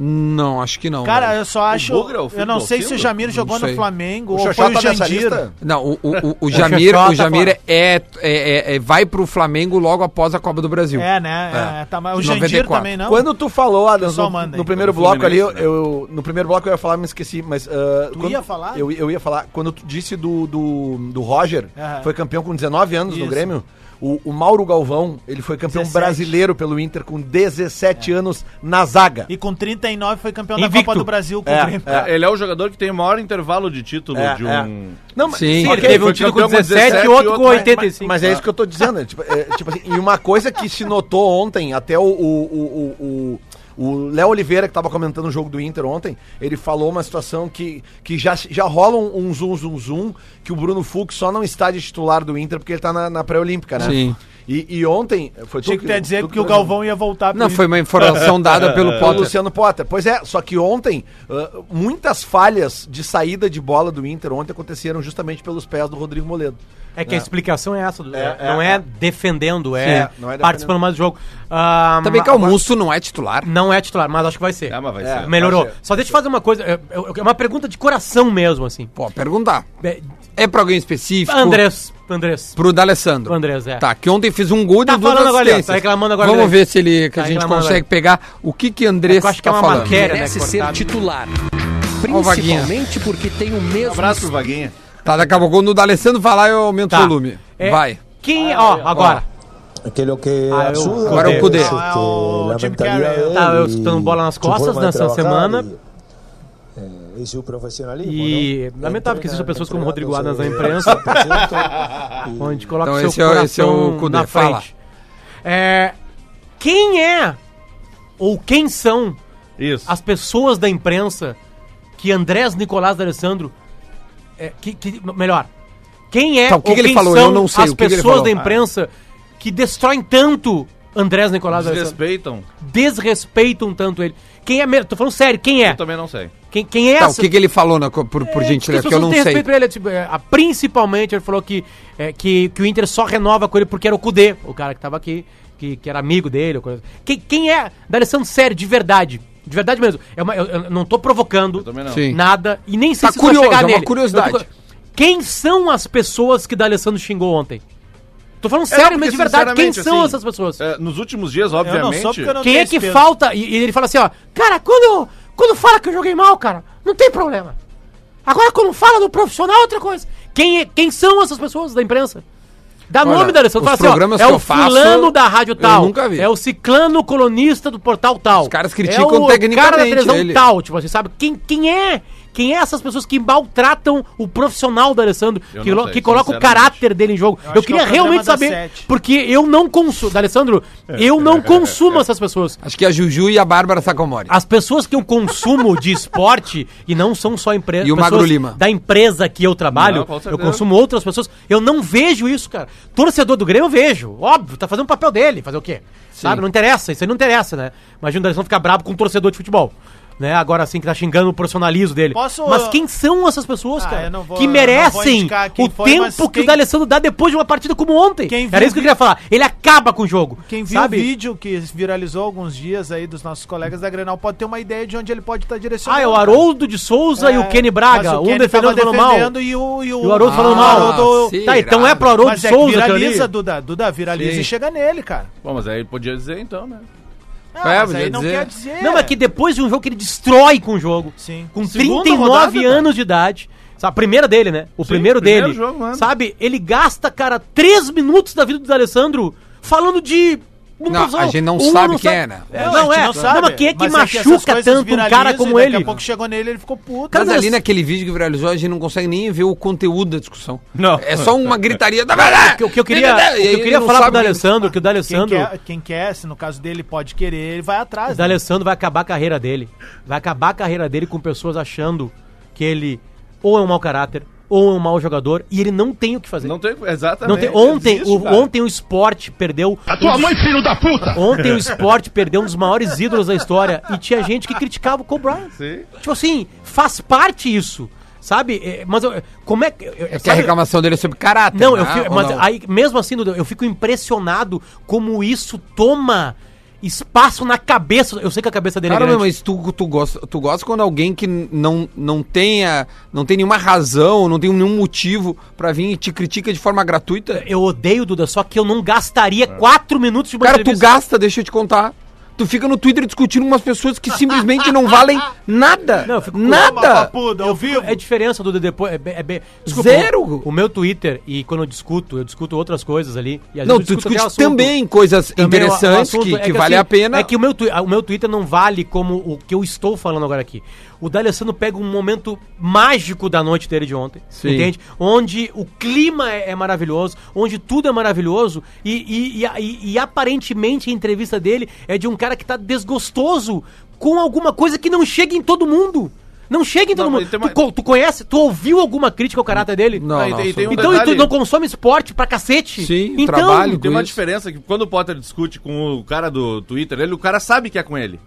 Não, acho que não. Cara, velho. eu só acho. Bugra, o eu não futebol sei se filho? o Jamir jogou sei. no Flamengo O ou Xoxó foi o tá nessa Jandir. lista? Não, o, o, o, o Jamir, Xaxó o tá Jamir fora. é, é- é- vai pro Flamengo logo após a Copa do Brasil. É, né? É, tá, mas o 94. Jandir também não. Quando tu falou, Adams, Pessoal no, manda aí. no primeiro Pelo bloco ali, eu, Fluminense, eu- no primeiro bloco eu ia falar, me esqueci, mas... ah, Tu ia falar? Eu, eu ia falar, quando tu disse do, do, do Roger, Aham. foi campeão com 19 anos no Isso. Grêmio, o, o Mauro Galvão, ele foi campeão 17. brasileiro pelo Inter com 17 anos na zaga. É. E com 39 foi campeão da Invicto. Copa do Brasil com É, o Grêmio. é. Ele é o jogador que tem o maior intervalo de título É, de é. um. Não, mas- Sim. Sim, Ok, ele teve um foi título com campeão com 17 e 17, outro com outro- 85. Mas é isso que eu tô dizendo. é, tipo, é, tipo assim, e uma coisa que se notou ontem, até o. o- o- o- o Léo Oliveira, que estava comentando o jogo do Inter ontem, ele falou uma situação que, que já, já rola um, um zoom, zoom, zoom, que o Bruno Fux só não está de titular do Inter porque ele está na, na pré-olímpica, né? Sim. E, e ontem... Foi tu Tinha que ter dizer tu que o trouxe- Galvão ia voltar pro Não, foi uma informação dada pelo o Potter. Luciano Potter. Pois é, só que ontem, ah, muitas falhas de saída de bola do Inter ontem aconteceram justamente pelos pés do Rodrigo Moledo. É que a explicação é essa, É, é, não é, é. defendendo, é, Sim, não é defendendo. participando mais do jogo. Ah, Também que o agora- Musso não é titular. Não é titular, mas acho que vai ser. Ah, mas vai É. ser. Melhorou. vai ser. Só deixa eu fazer uma coisa, é, é uma pergunta de coração mesmo, assim. Pô, perguntar. É, É pra alguém específico? Andrés, Andrés. Pro D'Alessandro. Pro Andrés, é. Tá, que ontem fez um gol de Tá duas falando agora, assistências. tá reclamando agora Vamos dele. ver se ele, que a Tá gente reclamando consegue agora. pegar o que que Andrés É que eu acho que tá é uma falando. matéria. merece né, ser cortado. titular. Ó, Vaguinha. Principalmente porque tem o mesmo. Abraço pro Vaguinha. Tá, daqui a pouco no D'Alessandro falar eu aumento o Tá. volume. É, Vai. Quem, ó, agora. Ah, eu- Agora o Cudê. Ah, Não, é o Jim Carrey. Tava Tá, eu escutando bola nas costas nessa semana. E lamentável que existam pessoas como Rodrigo Adams na imprensa. onde coloca Então o seu esse é o- esse é o coração Cudê, na fala. frente. É, quem é ou quem são Isso. as pessoas da imprensa que Andrés Nicolás D'Alessandro é, que, que- melhor quem é Tá, o que ou que ele quem falou? são Eu não sei, as o que que ele pessoas falou? Ah. da imprensa que destroem tanto Andrés Nicolás D'Alessandro Desrespeitam? desrespeitam tanto ele quem é mesmo tô falando sério quem é Eu também não sei. quem, quem é Tá, o essa- É, que que ele falou, na co- por, por as gentileza, que eu pessoas não têm sei. respeito pra ele, tipo, é, a- principalmente ele falou que, é, que, que o Inter só renova com ele porque era o Kudê, o cara que tava aqui, que, que era amigo dele. ou Coisa. Quem, quem é D'Alessandro sério, de verdade? De verdade mesmo. É uma- eu, eu não tô provocando Eu também não. Sim. nada e nem sei Tá se isso vai curioso, chegar é uma nele. curiosidade. Eu tô- Quem são as pessoas que D'Alessandro xingou ontem? Tô falando É, sério, não, mas porque, de verdade, quem sinceramente, são assim, essas pessoas? é, nos últimos Eu dias, não obviamente. sou porque eu não Quem tenho é que esse peso. falta? E, e ele fala assim, ó, cara, quando, quando fala que eu joguei mal, cara, não tem problema. Agora, quando fala do profissional, é outra coisa. Quem, é- quem são essas pessoas da imprensa? Dá Olha, nome da Alessandro. os Fala assim, ó, programas é que o eu faço, fulano da rádio eu tal. nunca vi. É o ciclano colunista do portal tal. Os caras criticam é o cara da tecnicamente televisão ele. tal. Tipo assim, sabe? Quem, quem é? Quem é essas pessoas que maltratam o profissional da Alessandro? Eu Que, não lo- sei, que coloca o sinceramente. caráter dele em jogo. Eu, acho que queria é o programa realmente das saber, sete. porque eu não consumo... Alessandro, eu não consumo essas pessoas. Acho que a Juju e a Bárbara Sacomori. As pessoas que eu consumo de esporte e não são só empresas. E o Magro Lima. Da empresa que eu trabalho, Não, com certeza. eu consumo outras pessoas. Eu não vejo isso, cara. Torcedor do Grêmio eu vejo. Óbvio, tá fazendo o papel dele. Fazer o quê? Sabe? Não interessa, isso aí não interessa, né? Imagina o Darson ficar brabo com um torcedor de futebol. Né? Agora sim que tá xingando o profissionalismo dele. Posso, mas ah, quem são essas pessoas, Ah, cara? eu não vou- que eu não vou merecem indicar quem o foi, mas tempo que quem- o D'Alessandro dá depois de uma partida como ontem. Quem Era viu isso que eu queria falar. Ele acaba com o jogo. Quem viu sabe? o vídeo que viralizou alguns dias aí dos nossos colegas da Grenal pode ter uma ideia de onde ele pode estar direcionando. Ah, é o Haroldo de Souza e o Kenny Braga. É, mas o Um Kenny defendendo, tava falando mal. defendendo e o e E o Haroldo falando Ah, mal. Haroldo- sim. Tá, então é pro Haroldo Mas é que Souza, viraliza, ali. Duda, Duda, viraliza Sim. e chega nele, cara. Bom, mas aí podia dizer então, né? Ah, É, mas podia aí não dizer. quer dizer. Não, é que depois de um jogo que ele destrói com o jogo. Sim. Com Segunda 39 rodada, cara. anos de idade. Sabe, a primeira dele, né? O primeiro primeiro dele. jogo, mano. sabe, ele gasta, cara, 3 minutos da vida do Alessandro falando de. um Não, profissional. a gente não Um sabe quem é, né? É, não, a gente é. Não, mas quem é que machuca essas tanto coisas um cara viralizam e como Daqui ele? a pouco chegou nele ele é ficou puto. Mas Cara, ali mas- naquele vídeo que viralizou, a gente não consegue nem ver o conteúdo da discussão. Não. É só uma gritaria. O que eu- O que eu queria, o que eu queria falar pro é. D'Alessandro, que o Quem é? D'Alessandro. quer, quem quer, se no caso dele pode querer, ele vai atrás. O né? D'Alessandro vai acabar a carreira dele. Vai acabar a carreira dele com pessoas achando que ele ou é um mau caráter, ou é um mau jogador, e ele não tem o que fazer. Não tem. Exatamente. Não tem- ontem, Existe, o, cara. ontem o esporte perdeu. A tua mãe, filho da puta! Ontem o esporte perdeu um dos maiores ídolos da história e tinha gente que criticava o Kobe Bryant. Sim. Tipo assim, faz parte isso. Sabe? É, Mas eu- como é que. eu- eu- É que a sabe- reclamação dele é sobre caráter. não, eu né? fico, Ou mas não? aí, mesmo assim, Dudu, eu fico impressionado como isso toma espaço na cabeça. Eu sei que a cabeça dele Cara, é grande. mas tu, tu, gosta, tu gosta quando alguém que n- não, não tenha não tem nenhuma razão, não tem nenhum motivo pra vir e te critica de forma gratuita? Eu odeio, Duda, só que eu não gastaria quatro minutos de uma É. Cara, tu entrevista. gasta, deixa eu te contar. Tu fica no Twitter discutindo umas pessoas que simplesmente não valem nada. Não, eu fico com Toma, nada. papuda, ao vivo. É diferença, Duda, depois... É, be- é, be- Zero. O, o meu Twitter, e quando eu discuto, eu discuto outras coisas ali. E às Não, vezes tu eu discuto até discute assunto- também coisas também é um- é um interessantes assunto- que, é que vale assim, a pena. É que o meu, twi- o meu Twitter não vale como o que eu estou falando agora aqui. O D'Alessandro pega um momento mágico da noite dele de ontem, Sim. entende? Onde o clima é, é maravilhoso, onde tudo é maravilhoso e, e- e a- e- e aparentemente a entrevista dele é de um cara que tá desgostoso com alguma coisa que não chega em todo mundo. Não chega em todo Não, mas mundo. tem uma- Tu, co- tu conhece? Tu ouviu alguma crítica ao caráter dele? Não, Aí não, tem- tem sou- um Então, e tu detalhe. não consome esporte pra cacete? Sim, então, trabalho. Tem com uma isso. diferença que quando o Potter discute com o cara do Twitter, ele, o cara sabe que é com ele.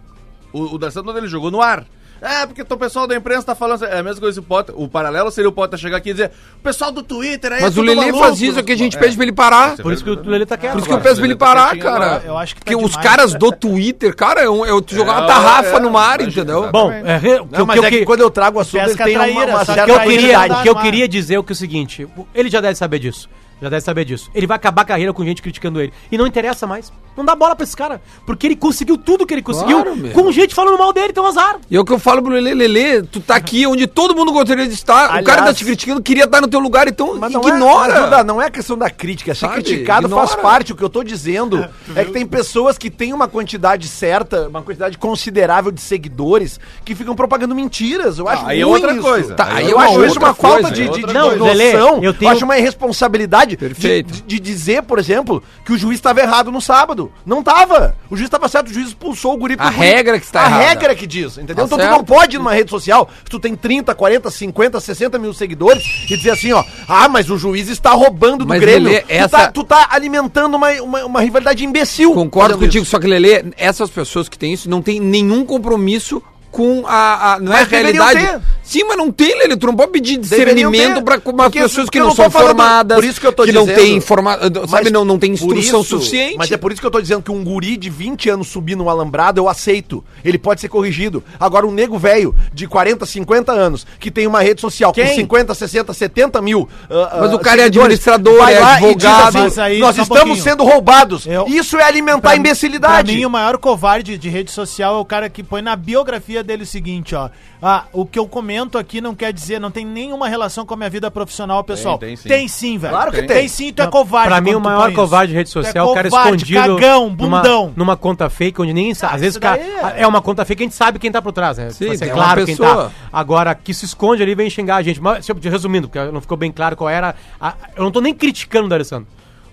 O, o Darcy, quando ele jogou no ar. É, porque o pessoal da imprensa tá falando. É a mesma coisa que o Potter. O paralelo seria o Potter chegar aqui e dizer: o pessoal do Twitter aí. Mas o Lelê faz isso, é que a gente pede pra ele parar. Por isso que o Lelê tá quieto. Por isso que eu Agora, peço pra ele ele tá parar, quietinho cara. agora. Eu acho que tá Porque os demais. caras do Twitter, cara, é, um, é tu jogar uma É, tarrafa é, no mar, imagina, entendeu? exato. Bom, é, re- o que, Não, o que mas eu é que que- quando eu trago o assunto, Pesca ele tem uma, traíra, uma só o certa que eu queria, quantidade. o que eu queria dizer é o que é o seguinte, o- ele já deve saber disso. Já deve saber disso. Ele vai acabar a carreira com gente criticando ele. E não interessa mais. Não dá bola pra esse cara. Porque ele conseguiu tudo que ele conseguiu Claro, meu. com gente falando mal dele, então azar. E é o que eu falo pro Lelê, Lelê, tu tá aqui onde todo mundo gostaria de estar, o Aliás- cara tá te criticando, queria estar no teu lugar, então Mas não ignora. É, mas, Duda, não é questão da crítica. Ser Sabe? criticado faz Ignora. parte. O que eu tô dizendo é que tem pessoas que têm uma quantidade certa, uma quantidade considerável de seguidores que ficam propagando mentiras. Tá, Eu acho aí é outra coisa. Tá, Aí aí é eu uma acho isso outra uma falta coisa. de, É de, outra de Não, noção. Lelê, eu eu, tenho- acho uma irresponsabilidade de- Perfeito. De, de dizer, por exemplo, que o juiz estava errado no sábado. Não tava. O juiz estava certo, o juiz expulsou o guri A regra que está A errada. regra que diz, entendeu? Tá então certo. tu não pode ir numa rede social, se tu tem 30, 40, 50, 60 mil seguidores, e dizer assim, ó, ah, mas o juiz está roubando do Mas, Grêmio. Lelê, tu, essa- tá, tu tá alimentando uma, uma, uma rivalidade imbecil. Concordo fazendo contigo, só que Lelê, essas pessoas que têm isso não têm nenhum compromisso com a, a- não é a Mas deveriam realidade. ter. Sim, mas não tem, Lelê, tu não pode pedir Deveriam discernimento ter. para umas Porque isso- pessoas que porque não, eu não são tô falando- formadas, por isso que eu tô não dizendo. têm informação, Mas sabe, não, não tem por instrução isso- suficiente. Mas é por isso que eu tô dizendo que um guri de 20 anos subindo um alambrado, eu aceito. Ele pode ser corrigido. Agora, um nego velho de 40, 50 anos, que tem uma rede social com 50, 60, 70 mil. ah, ah, Mas o cara é seguidores, administrador, vai é lá e diz assim, advogado. Mas aí, nós só um estamos pouquinho. sendo roubados. Eu- Isso é alimentar a imbecilidade. tá Pra mim, o maior covarde de rede social é o cara que põe na biografia dele o seguinte, ó. Ah, o que eu comento talento aqui não quer dizer, não tem nenhuma relação com a minha vida profissional, pessoal. tem sim. velho. Claro que tem. tem. sim, tu é covarde. pra mim, quando o tu maior põe covarde isso. de rede Tu é social é o cara covarde, escondido Cagão, bundão. Ah, Numa, numa conta fake, onde nem sabe. Às vezes isso o cara, daí é... uma conta fake que a gente sabe quem tá por trás, né? Sim, Vai ser é uma claro quem pessoa. tá. Agora, que se esconde ali vem xingar a gente. Mas, se eu- resumindo, porque não ficou bem claro qual era. a- eu não tô nem criticando o D'Alessandro.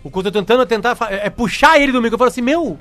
O que eu tô tentando é tentar fa- é, é puxar ele do micro. Eu falo assim, meu.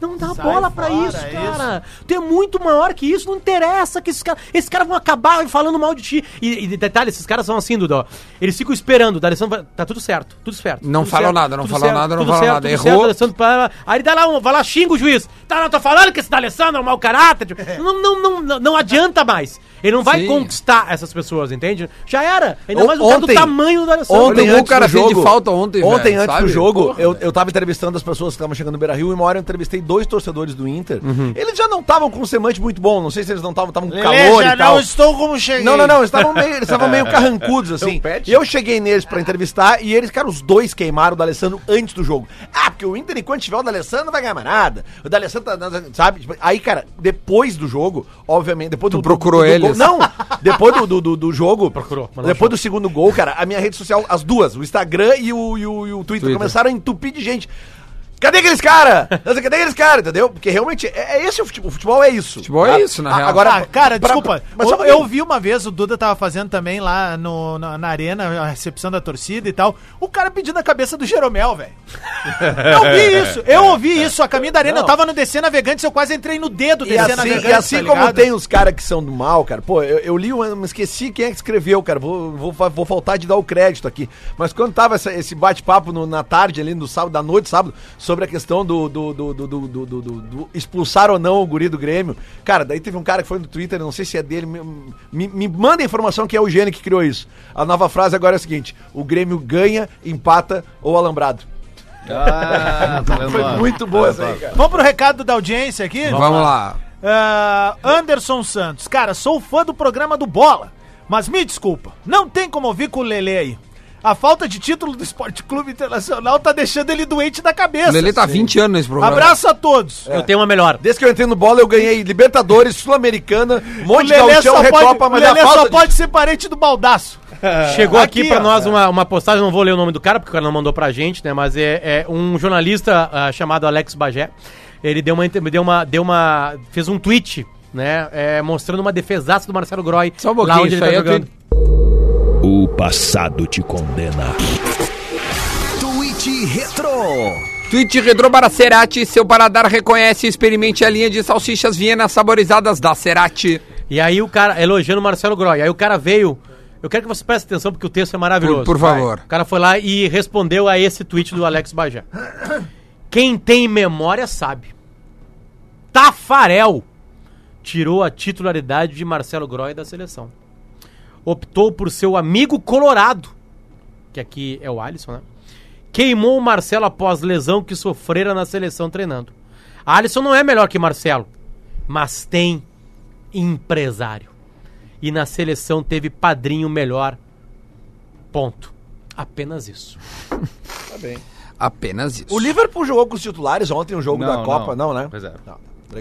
Não dá bola pra fora, isso, é cara. Tu é muito maior que isso. Não interessa que esses caras. Esses caras vão acabar falando mal de ti. E, e detalhe, esses caras são assim, Duda. ó. Eles ficam esperando. O D'Alessandro vai. Tá tudo certo, tudo certo. Não tudo falou certo, nada, não tudo falou certo, nada, não tudo falou certo, nada. tudo Errou. certo, Alessandro para- Aí dá lá, um, vai lá, xinga o juiz. Tá, não, tô falando que esse D'Alessandro é um mau caráter. tipo, Não, não, não, não, não adianta mais. Ele não vai Sim. conquistar essas pessoas, entende? Já era. Ainda O- mais o cara do ontem- tamanho do D'Alessandro. Ontem Olha o antes cara do fez de jogo, falta ontem, Ontem velho, antes sabe? do jogo, Porra, eu, eu tava entrevistando as pessoas que estavam chegando no Beira-Rio e uma hora eu entrevistei dois torcedores do Inter. Uhum. Eles já não estavam com um semante muito bom, não sei se eles não estavam, estavam com Lelê, calor já e tal. não estou como cheguei. É um Não, não, não, eles estavam meio, eles estavam meio carrancudos, assim. E eu cheguei neles pra entrevistar e eles, cara, os dois queimaram o D'Alessandro antes do jogo. Ah, porque o Inter, enquanto tiver o D'Alessandro, não vai ganhar mais nada. O D'Alessandro, tá- sabe? Tipo, Aí, cara, depois do jogo, obviamente, depois do... procurou do- do- do- eles? Não, depois do, do, do- do jogo... Procurou. um Depois do segundo gol, cara, a minha rede social, as duas, o Instagram e o, e o, e o Twitter, Twitter. começaram a entupir de gente. Cadê aqueles caras? Cadê aqueles caras? Entendeu? Porque realmente é, é esse o futebol. O futebol é isso. Futebol é isso, na A- real. Agora, Ah, cara, pra- desculpa. mas só um eu, pra- eu vi uma vez, o Duda tava fazendo também lá no, na, na arena, a recepção da torcida e tal, o cara pedindo a cabeça do Jeromel, velho. Eu vi isso, eu ouvi isso. A caminho da arena, eu tava no DC Navegantes, eu quase entrei no dedo do É. E DC assim, Navegantes. e assim tá como ligado? tem os caras que são do mal, cara, pô, eu, eu li, eu esqueci quem é que escreveu, cara, vou, vou, fa- vou faltar de dar o crédito aqui. Mas quando tava essa- esse bate-papo no- na tarde ali, no sábado, da noite, sábado, sobre a questão do, do, do, do, do- do- do- do- do expulsar ou não o guri do Grêmio, cara, daí teve um cara que foi no Twitter, não sei se é dele, me, me, me manda a informação que é o Gene que criou isso. A nova frase agora é a seguinte, o Grêmio ganha, empata ou alambrado. Ah, tá vendo Foi lá? muito boa essa aí, cara. Vamos pro recado da audiência aqui? Vamos lá. Ah, Anderson Santos, cara, sou fã do programa do Bola, mas me desculpa, não tem como ouvir com o Lele aí. A falta de título do Esporte Clube Internacional tá deixando ele doente da cabeça. O Lelê tá 20 anos nesse programa. Abraço a todos. É, Eu tenho uma melhor. Desde que eu entrei no bola, eu ganhei Libertadores, Sul-Americana, um O monte de Lelê gauchão, só Recopa, pode, o mas é a Lelê só falta... É, pode ser parente do Baldaço. É. Chegou aqui, Aqui, pra ó. nós uma, uma postagem, não vou ler o nome do cara, porque o cara não mandou pra gente, né? Mas é, é um jornalista ah, chamado Alex Bagé. Ele deu uma, inter- deu uma, deu uma. fez um tweet, né? é, mostrando uma defesaça do Marcelo Groy. Só um pouquinho, isso tá aí é tweet. O passado te condena. Tweet Retro. Tweet Retro para Cerati, seu paladar reconhece e experimente a linha de salsichas Viena saborizadas da Cerati. E aí o cara, elogiando o Marcelo Groy. Aí o cara veio. Eu quero que você preste atenção porque o texto é maravilhoso. Por- por favor. Vai. O cara foi lá e respondeu a esse tweet do Alex Bajá. Quem tem memória sabe. Tafarel tirou a titularidade de Marcelo Groy da seleção. Optou por seu amigo colorado, que aqui é o Alisson, né? Queimou o Marcelo após lesão que sofrera na seleção treinando. Alisson não é melhor que Marcelo, mas tem empresário. E na seleção teve padrinho melhor. Ponto. Apenas isso. Apenas isso. O Liverpool jogou com os titulares ontem, o jogo Não, da Copa, não, né? Pois é.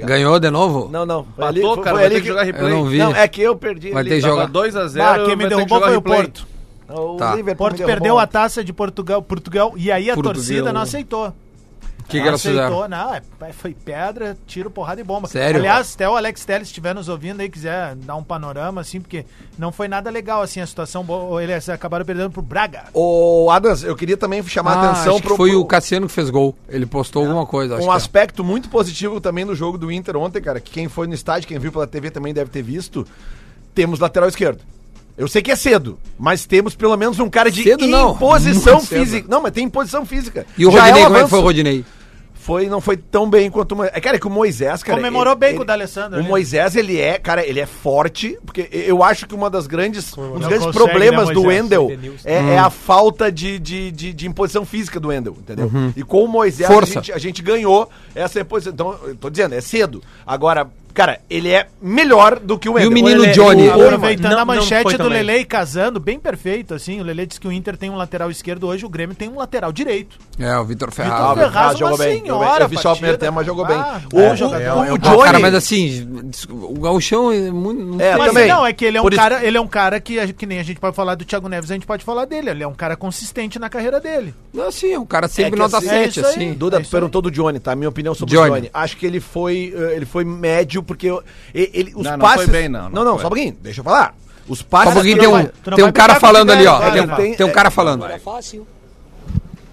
Ganhou de novo? Não, não. Foi ali- Matou, foi- cara, foi vai ali ter que jogar Eu replay. não vi. Não, é que eu perdi. Vai ali. ter jogar. Tava 2x0, Ah, quem me derrubou foi o Porto. O Tá. O Liverpool Porto me derrubou. perdeu a taça de Portugal, Portugal e aí a Portugal. torcida não aceitou. O que, que não elas fizeram? aceitou, não. é- Foi pedra, tiro, porrada e bomba. Sério? Aliás, até o Alex Telles estiver nos ouvindo aí, quiser dar um panorama, assim, porque não foi nada legal, assim, a situação. boa. Eles acabaram perdendo pro Braga. Ô, Adams, eu queria também chamar a Ah, atenção acho que foi o Cassiano que fez gol. Ele postou alguma coisa, acho um que é. aspecto muito positivo também do jogo do Inter ontem, cara, que quem foi no estádio, quem viu pela TV também deve ter visto. Temos lateral esquerdo. Eu sei que é cedo, mas temos pelo menos um cara de Cedo não, imposição muito cedo. física. Não, mas tem imposição física. E o Já Rodinei, um como é que avanço. foi o Rodinei? Foi, não foi tão bem quanto o Moisés. Cara, é que o Moisés, cara. Comemorou ele- bem com ele- o D'Alessandro né? O ali. Moisés, ele é, cara, ele é forte, porque eu acho que uma das grandes, um dos Não grandes consegue, problemas né, do Moisés? Wendel Edenilson. é, é a falta de, de, de, de imposição física do Wendel, entendeu? E com o Moisés, Força. A, gente, a gente ganhou essa imposição. Então, eu tô dizendo, é cedo. Agora. Cara, ele é melhor do que o E Éder. o menino Ele- Johnny? o- Ô, Aproveitando Não, não a foi manchete do também. Lele e casando, bem perfeito, assim. O Lele disse que o Inter tem um lateral esquerdo hoje, o Grêmio tem um lateral direito. É, o Vitor Ah, Ah, o Ferraz. Ferraz Ferraz uma jogou bem. jogou bem. senhora Eu vi só o primeiro partida. tempo, mas jogou bem. Ah, o, é, o- jogador. o É um Ah, Johnny... cara, mas assim, o Gauchão é muito. não É, sei. Mas também. não, é que ele é um Por isso- cara, ele é um cara que, a- que nem a gente pode falar do Thiago Neves, a gente pode falar dele. Ele é um cara consistente na carreira dele. Não, assim, é um cara É sempre que nota assim, 7, é isso aí. assim. Duda, É tu isso perguntou do Johnny, tá? Minha opinião sobre Johnny. o Johnny. Acho que ele foi, eh, ele foi médio, porque eu- e- ele, os Não, não passes... foi bem, não, não Não, não, foi. só um pouquinho, deixa eu falar. Os passes... Só um pouquinho, que tem ele um, faz- tu não tem um vai cara brigar com falando o ali, ó. velho, Tem, vai, um- vai. tem um cara falando. Era fácil,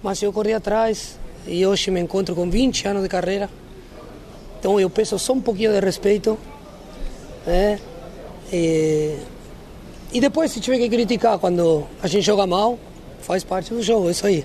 mas eu corri atrás e hoje me encontro com 20 anos de carreira. Então eu peço só um pouquinho de respeito. Né? E, e depois, se tiver que criticar quando a gente joga mal, faz parte do jogo, é isso aí.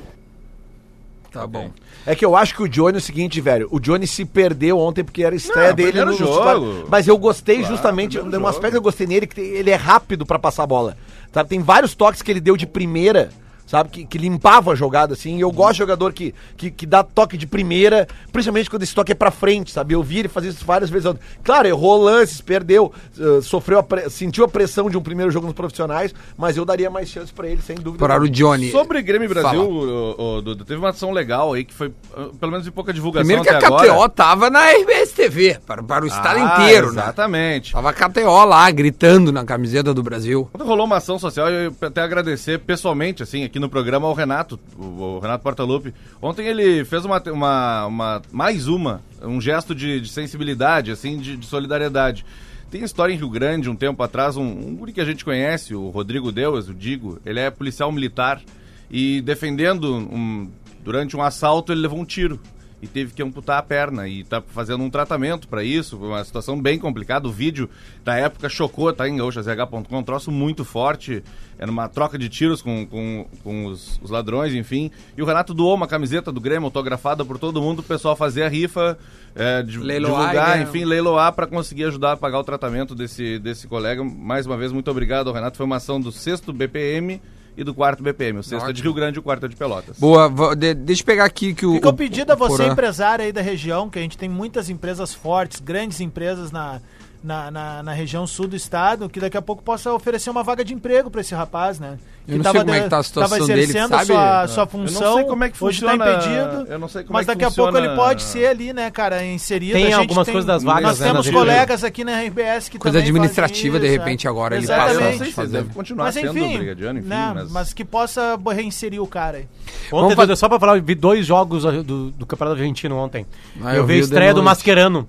Tá bom. É que eu acho que o Johnny é o seguinte, velho. O Johnny se perdeu ontem porque era estreia Não, dele primeiro no jogo. Mas eu gostei justamente, um primeiro aspecto que eu gostei nele, que tem- ele é rápido pra passar a bola. Sabe? Tem vários toques que ele deu de primeira, sabe? Que, que limpava a jogada, assim. E eu gosto de jogador que, que, que dá toque de primeira, principalmente quando esse toque é pra frente, sabe? Eu vi ele fazer isso várias vezes. ontem. Claro, errou lances, perdeu, eh, sofreu, a pre- sentiu a pressão de um primeiro jogo nos profissionais, mas eu daria mais chance pra ele, sem dúvida. Para o Johnny. Sobre Grêmio e Brasil, Fala. o, o, Duda, teve uma ação legal aí que foi, ah, pelo menos, de pouca divulgação Primeiro que é a até KTO agora. tava na RBS TV, para, para o estado Ah, inteiro, né? Exatamente. Tava a KTO lá, gritando na camiseta do Brasil. Quando rolou uma ação social, eu até agradecer pessoalmente, assim, aqui no programa ao Renato, o, o Renato Portaluppi. Ontem ele fez uma, uma, uma- mais uma, um gesto de, de sensibilidade, assim, de, de solidariedade. Tem história em Rio Grande, um tempo atrás, um, um guri que a gente conhece, o Rodrigo Deus, o Digo, ele é policial militar e defendendo, um- durante um assalto, ele levou um tiro. E teve que amputar a perna e tá fazendo um tratamento pra isso, foi uma situação bem complicada. O vídeo da época chocou, tá em gaúchazh.com, um troço muito forte. Era uma troca de tiros com, com, com os, os ladrões, enfim. E o Renato doou uma camiseta do Grêmio autografada por todo mundo, o pessoal fazia a rifa, é, di- Leiloar divulgar, e ganhar. enfim, leiloar pra conseguir ajudar a pagar o tratamento desse, desse colega. Mais uma vez, muito obrigado ao Renato. Foi uma ação do sexto BPM e do quarto BPM. O sexto é de Rio Grande e o quarto é de Pelotas. Boa, vo- de- deixa eu pegar aqui que o. Fica o- o pedido a você, Porã- empresário aí da região, que a gente tem muitas empresas fortes, grandes empresas na, na, na- na região sul do estado, que daqui a pouco possa oferecer uma vaga de emprego pra esse rapaz, né? Eu não sei como é que tá a situação tava dele, exercendo sabe? É. Sua, Eu sua função, hoje tá impedido. é Eu não sei como Mas é que daqui a funciona- pouco ele pode ser ali, né, cara, inserido. Tem A gente algumas coisas das vagas, Nós né, temos na colegas aqui na RBS que Coisa também fazem administrativa, de isso, repente, agora ele passa- Eu não Exatamente. sei se deve continuar Mas sendo enfim, brigadiano, enfim, né, mas... mas... que possa reinserir o cara aí. Vamos Ontem, fazer- Duda, só pra falar, eu vi dois jogos do, do Campeonato Argentino ontem. Ah, eu eu vi a vi o de estreia do noite. Mascherano.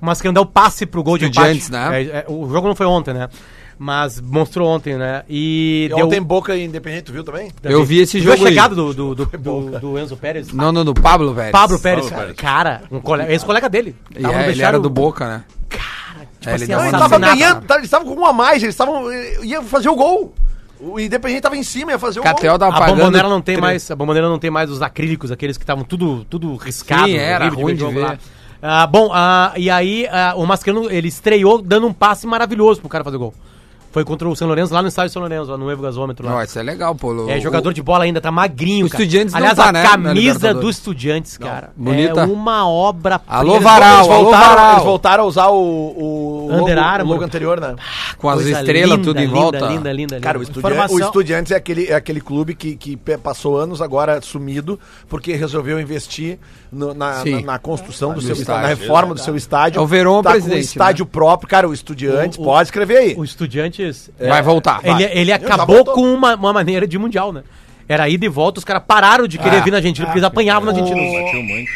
O Mascherano dá o passe pro gol de Estudiantes, empate. né? É, é, o jogo não foi ontem, né? Mas mostrou ontem, né? E, E deu... ontem Boca e Independente, tu viu também? Eu vi esse Tu viu jogo a aí. chegada do, do, do, do- do Enzo Pérez? Não, não, do Pablo, velho. Pablo tá, Pérez, Pablo Pérez. cara, um colega, ex-colega dele. E Tava no é, ele vestiário- era do Boca, né? Cara, assim, deu uma Não, eles ó, ele tava estavam Assassinato. ganhando, tá, eles estavam com um a mais, eles estavam. eh, ia fazer o gol. O Independente tava em cima, ia fazer o Catel gol. da A bomboneira não tem mais, a bomboneira não tem mais os acrílicos, aqueles que estavam tudo tudo riscado, Sim, era horrível ruim de jogo ver. lá. Ah, bom, ah, e aí ah, o Mascherano, ele estreou dando um passe maravilhoso pro cara fazer gol. Foi contra o São Lourenço, lá no estádio São Lourenço, lá no Evo Gasômetro. Lá. Não, isso é legal, pô. o- é jogador de bola ainda, tá magrinho, O cara. Estudiantes não Aliás, tá, a né, na camisa Libertadores. do Estudiantes, cara, bonita. é uma obra... Alô, prima. Varal, Eles alô, voltaram, Varal. eles voltaram a usar o, o, Under logo, o Armour. logo anterior, né? Com as Coisa estrelas linda, tudo em linda, volta. Linda, linda, linda. Cara, o, linda. Estudian- Informação- o Estudiantes é aquele, é aquele clube que, que pe- passou anos agora sumido, porque resolveu investir no- na, Sim. Ah, na- na construção do seu estádio, estádio, na reforma do seu estádio. É o Verón o tá com um presidente, estádio próprio. Cara, o Estudiantes, O- o- pode escrever aí. O Estudiantes... é, Vai voltar. Ele, ele acabou voltou. com uma, uma maneira de mundial, né? Era ida e volta, os caras pararam de querer Ah. vir na Argentina, porque eles apanhavam na Argentina. um- Batiu muito.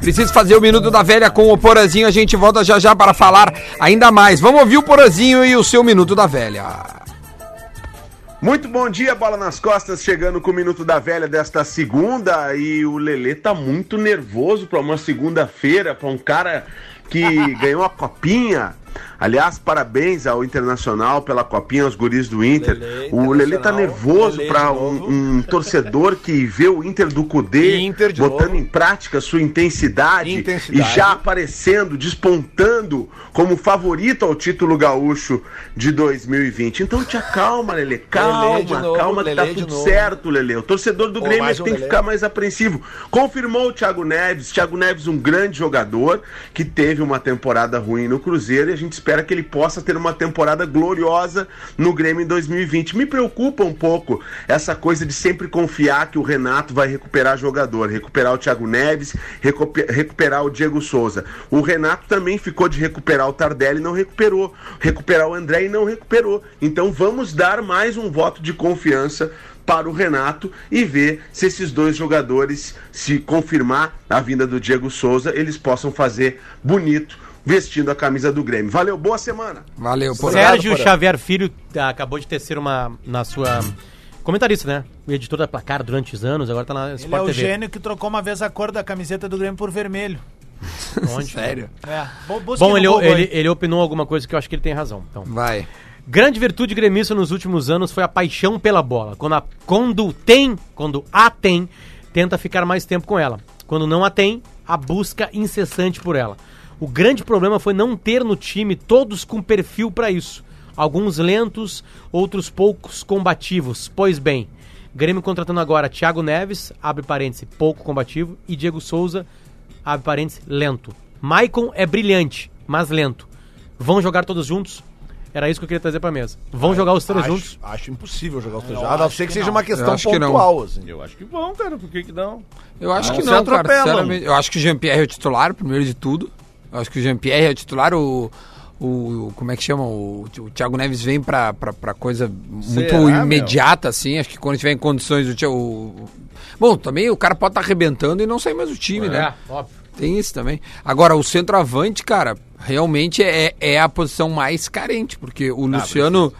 Preciso fazer o Minuto da Velha com o Porazinho. A gente volta já já para falar ainda mais. Vamos ouvir o Porazinho e o seu Minuto da Velha. Muito bom dia, bola nas costas, chegando com o Minuto da Velha desta segunda. E o Lelê tá muito nervoso pra uma segunda-feira, pra um cara que ganhou a copinha. Aliás, parabéns ao Internacional pela copinha, aos guris do Inter. o Lelê tá nervoso para um, um torcedor que vê o Inter do Cudê Inter de botando novo. em prática sua intensidade, Intensidade. e já aparecendo, despontando como favorito ao título gaúcho de 2020. Então te acalma, Lelê. Calma, de novo, calma que tá Lelê de tudo novo. certo, Lelê. O torcedor do Pô, Grêmio mais um tem que Lelê. ficar mais apreensivo. Confirmou o Thiago Neves. Thiago Neves, um grande jogador que teve uma temporada ruim no Cruzeiro e a gente espera que ele possa ter uma temporada gloriosa no Grêmio em 2020. Me preocupa um pouco essa coisa de sempre confiar que o Renato vai recuperar jogador, recuperar o Thiago Neves, recupe- recuperar o Diego Souza. O Renato também ficou de recuperar o Tardelli e não recuperou, recuperar o André e não recuperou. Então vamos dar mais um voto de confiança para o Renato e ver se esses dois jogadores, se confirmar a vinda do Diego Souza, eles possam fazer bonito vestindo a camisa do Grêmio. Valeu, boa semana! Valeu, por Sérgio Xavier Filho ah, acabou de tecer uma. na sua. hum, Comentarista, né? O editor da placar durante os anos, agora tá na Ele é Sport o TV. gênio que trocou uma vez a cor da camiseta do Grêmio por vermelho. Onde? Sério? É. bu- busquem Bom, no ele, Google ele, aí. ele opinou alguma coisa que eu acho que ele tem razão. Então. Vai. Grande virtude gremista nos últimos anos foi a paixão pela bola. Quando, a- quando tem, quando a tem, tenta ficar mais tempo com ela. Quando não a tem, a busca incessante por ela. O grande problema foi não ter no time todos com perfil para isso. Alguns lentos, outros poucos combativos. Pois bem, Grêmio contratando agora Thiago Neves, abre parêntese, pouco combativo, e Diego Souza, abre parêntese, lento. Maicon é brilhante, mas lento. Vão jogar todos juntos? Era isso que eu queria trazer pra mesa. Vão Ah, jogar os três acho, juntos? Acho impossível jogar os três juntos. A não ser que seja uma questão acho que não. pontual, assim. Eu acho que bom, cara. Por que que não? Eu acho Não que se não, cara. atropelam. Sinceramente, eu acho que o Jean-Pierre é o titular, primeiro de tudo. Eu acho que o Jean-Pierre é o titular, o. O, como é que chama? O, o Thiago Neves vem pra, pra, pra coisa muito Será, meu? imediata, assim. Acho que quando tiver em condições o, Thi- o- Bom, também o cara pode estar arrebentando e não sair mais do time, né? óbvio. Tem isso também. Agora, o centroavante, cara, realmente é, é a posição mais carente, porque o Luciano.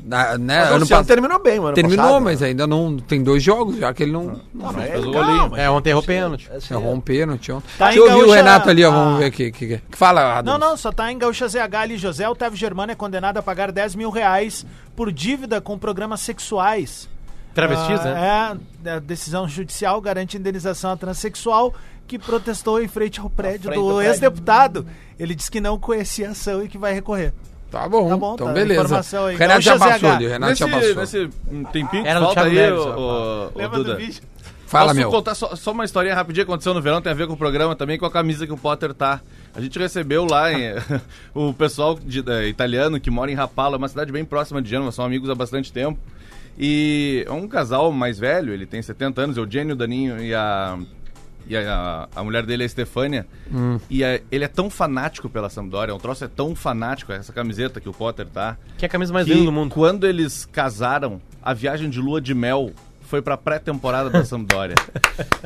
na- né, Mas o ano Luciano pas- terminou bem, mano. terminou, mas ainda não. Tem dois jogos já que ele não. não né? fez. Faz o golinho. É, ontem errou pênalti. Errou um pênalti ontem. Tá Deixa eu em ouvir o Gaúcha- Renato ali, ó. Vamos Ah. ver aqui. Que, que, que fala, Adams. Não, não, só tá em Gaúcha ZH ali. José Otávio Germano é condenado a pagar 10 mil reais por dívida com programas sexuais. Travestis, Ah, né? É, a decisão judicial garante indenização a transexual que protestou em frente ao prédio frente do ao prédio. ex-deputado. Ele disse que não conhecia a ação e que vai recorrer. Tá bom. Tá bom, então, tá. beleza. Informação aí. O Renato já Gaúcha passou ZH. ali. O Renato Nesse, já passou. nesse tempinho que Era do falta Thiago aí, Neves, ô- ô- ô Lembra do Duda. vídeo? Fala, Posso meu. contar só, só uma historinha rapidinha que aconteceu no verão, tem a ver com o programa também, com a camisa que o Potter tá. A gente recebeu lá em- o pessoal de- eh, italiano que mora em Rapala, uma cidade bem próxima de Gênova, são amigos há bastante tempo. E é um casal mais velho, ele tem 70 anos, Eugênio Daninho e a, e a, a mulher dele é a Stefânia. Hum. E a- ele é tão fanático pela Sampdoria, o troço é tão fanático, essa camiseta que o Potter tá. Que é a camisa mais Que linda do mundo. Quando eles casaram, a viagem de lua de mel foi pra pré-temporada da Sampdoria.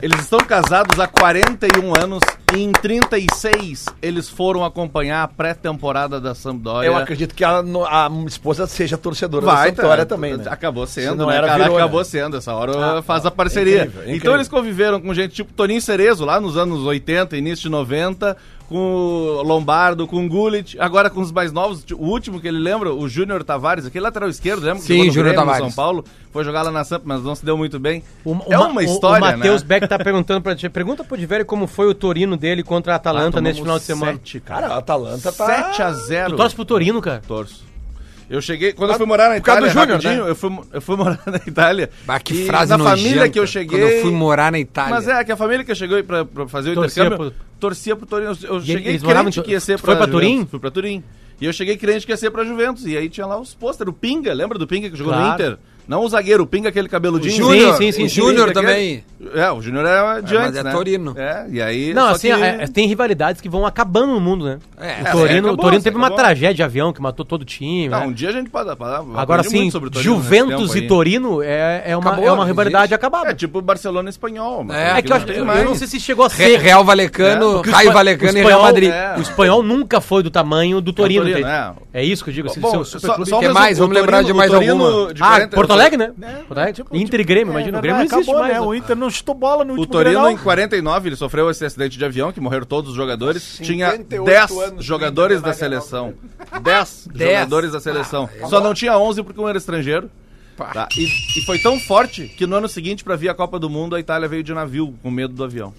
Eles estão casados há 41 anos e em 36 eles foram acompanhar a pré-temporada da Sampdoria. Eu acredito que a, no- a esposa seja torcedora Vai, da Sampdoria tá, também, né? Acabou sendo, Se não né, era, cara? virou, acabou né? sendo. Essa hora faz a parceria. incrível, é Então incrível. eles conviveram com gente tipo Toninho Cerezo, lá nos anos 80, início de 90, com o Lombardo, com o Gullit, agora com os mais novos. O último que ele lembra, o Júnior Tavares, aquele lateral esquerdo, lembra? que Sim, jogou no Júnior Grêmio, no Tavares. São Paulo. Foi jogar lá na Samp, mas não se deu muito bem. O- é Ma- uma história, O, o Matheus né? Beck tá perguntando pra ti. Pergunta pro Diverio como foi o Torino dele contra a Ah, Atalanta neste final de semana. 7, cara. Cara, a Atalanta tá... 7 a Tu 0 torce pro Torino, cara. Torço. Eu cheguei, quando eu fui morar na por causa Itália, do Júnior, rapidinho, eu, fui, eu fui morar na Itália. Bah, que e frase Na nojenta. família que eu Quando cheguei. eu fui morar na Itália. Mas é, que a família que eu cheguei pra, pra fazer o Torcia intercâmbio, torcia pro Torino. Eu cheguei eles moravam crente em Tu- que ia ser Tu foi pra Juventus. Turim? Fui pra Turim. E eu cheguei crente que ia ser pra Juventus. E aí tinha lá os pôster, o Pinga, lembra do Pinga que jogou Claro. no Inter? Não o zagueiro, o Pinga aquele cabeludinho. Júnior, Sim, sim, sim, o sim. Júnior Pinga, também. aquele- É, o Júnior é adiante, mas é né? Torino. É, e aí... Não, só assim, que- é- é- tem rivalidades que vão acabando no mundo, né? É, o Torino, acabou, assim, o Torino teve uma acabou. tragédia de avião que matou todo o time. Não, né? um dia a gente pode... pode- Agora aprendi sim, muito sobre o Torino nesse Juventus tempo e aí. Torino é, é, uma, Acabou, é uma não rivalidade existe. acabada. É tipo o Barcelona espanhol. mas É, aqui É que eu, acho, não eu, tem mais. não sei se chegou a Re- ser. Real É, Valecano, porque o Raio espan- Valecano o e Real espanhol- né? Madrid. é. O espanhol nunca foi do tamanho do Torino. Torino, entende? é. é. isso que eu digo. Assim, Bom, seu só, superclube. só um Que resumo, mais? o Vamos lembrar de mais Torino alguma. de Ah, 40 Porto Alegre, né? É, Porto Alegre. tipo, Inter e Grêmio, imagina. É, o Grêmio não acabou, existe mais. né? né? O Inter não chutou bola no O último Torino, Grenal. em 49, ele sofreu esse acidente de avião que morreram todos os jogadores. Tinha 58 10 anos, jogadores da Grenal. seleção. 10 Dez. jogadores da seleção. Só não tinha 11 porque um era estrangeiro. Tá? E, e foi tão forte que no ano seguinte, pra vir a Copa do Mundo, a Itália veio de navio, com medo do avião.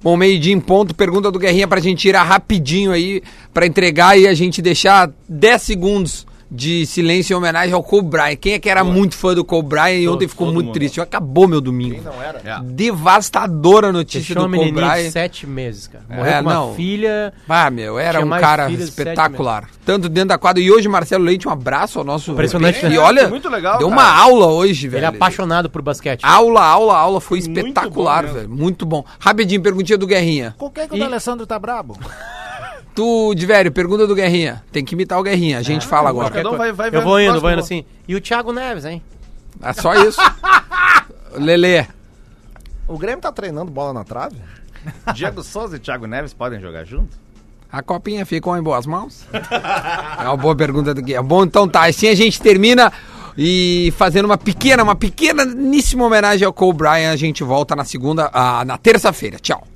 Bom, meio-dia em ponto, pergunta do Guerrinha pra gente tirar rapidinho aí, pra entregar e a gente deixar 10 segundos de silêncio em homenagem ao Cobrain. Quem é que era muito fã do Cobrain e Todo- ontem ficou todo muito mundo. triste? Acabou meu domingo. É. Devastadora a notícia Deixou uma do menininha um de Cobrain. sete meses, cara. Morreu É, com uma não. filha. Ah, meu, era Tinha um mais cara filhos de sete espetacular. Tanto dentro da quadra. E hoje, Marcelo Leite, um abraço ao nosso. Impressionante, E né? olha, Muito legal, deu cara. uma aula hoje, velho. Ele é apaixonado por basquete. Aula, aula, aula. Foi Muito espetacular, bom mesmo. velho. Muito bom. Rapidinho, perguntinha do Guerrinha. Com quem que o Alessandro tá brabo? Tu, de velho, pergunta do Guerrinha. Tem que imitar o Guerrinha. A gente fala agora. Cada um vai, vai eu vendo vou o indo, próximo. vou indo assim. E o Thiago Neves, hein? É só isso. Lelê. O Grêmio tá treinando bola na trave? Diego Souza e Thiago Neves podem jogar junto? A copinha ficou em boas mãos? É uma boa pergunta do Guerrinha. Bom, então tá. Assim a gente termina e fazendo uma pequena, uma pequeníssima homenagem ao Cole Bryan. A gente volta na segunda, ah, na terça-feira. Tchau.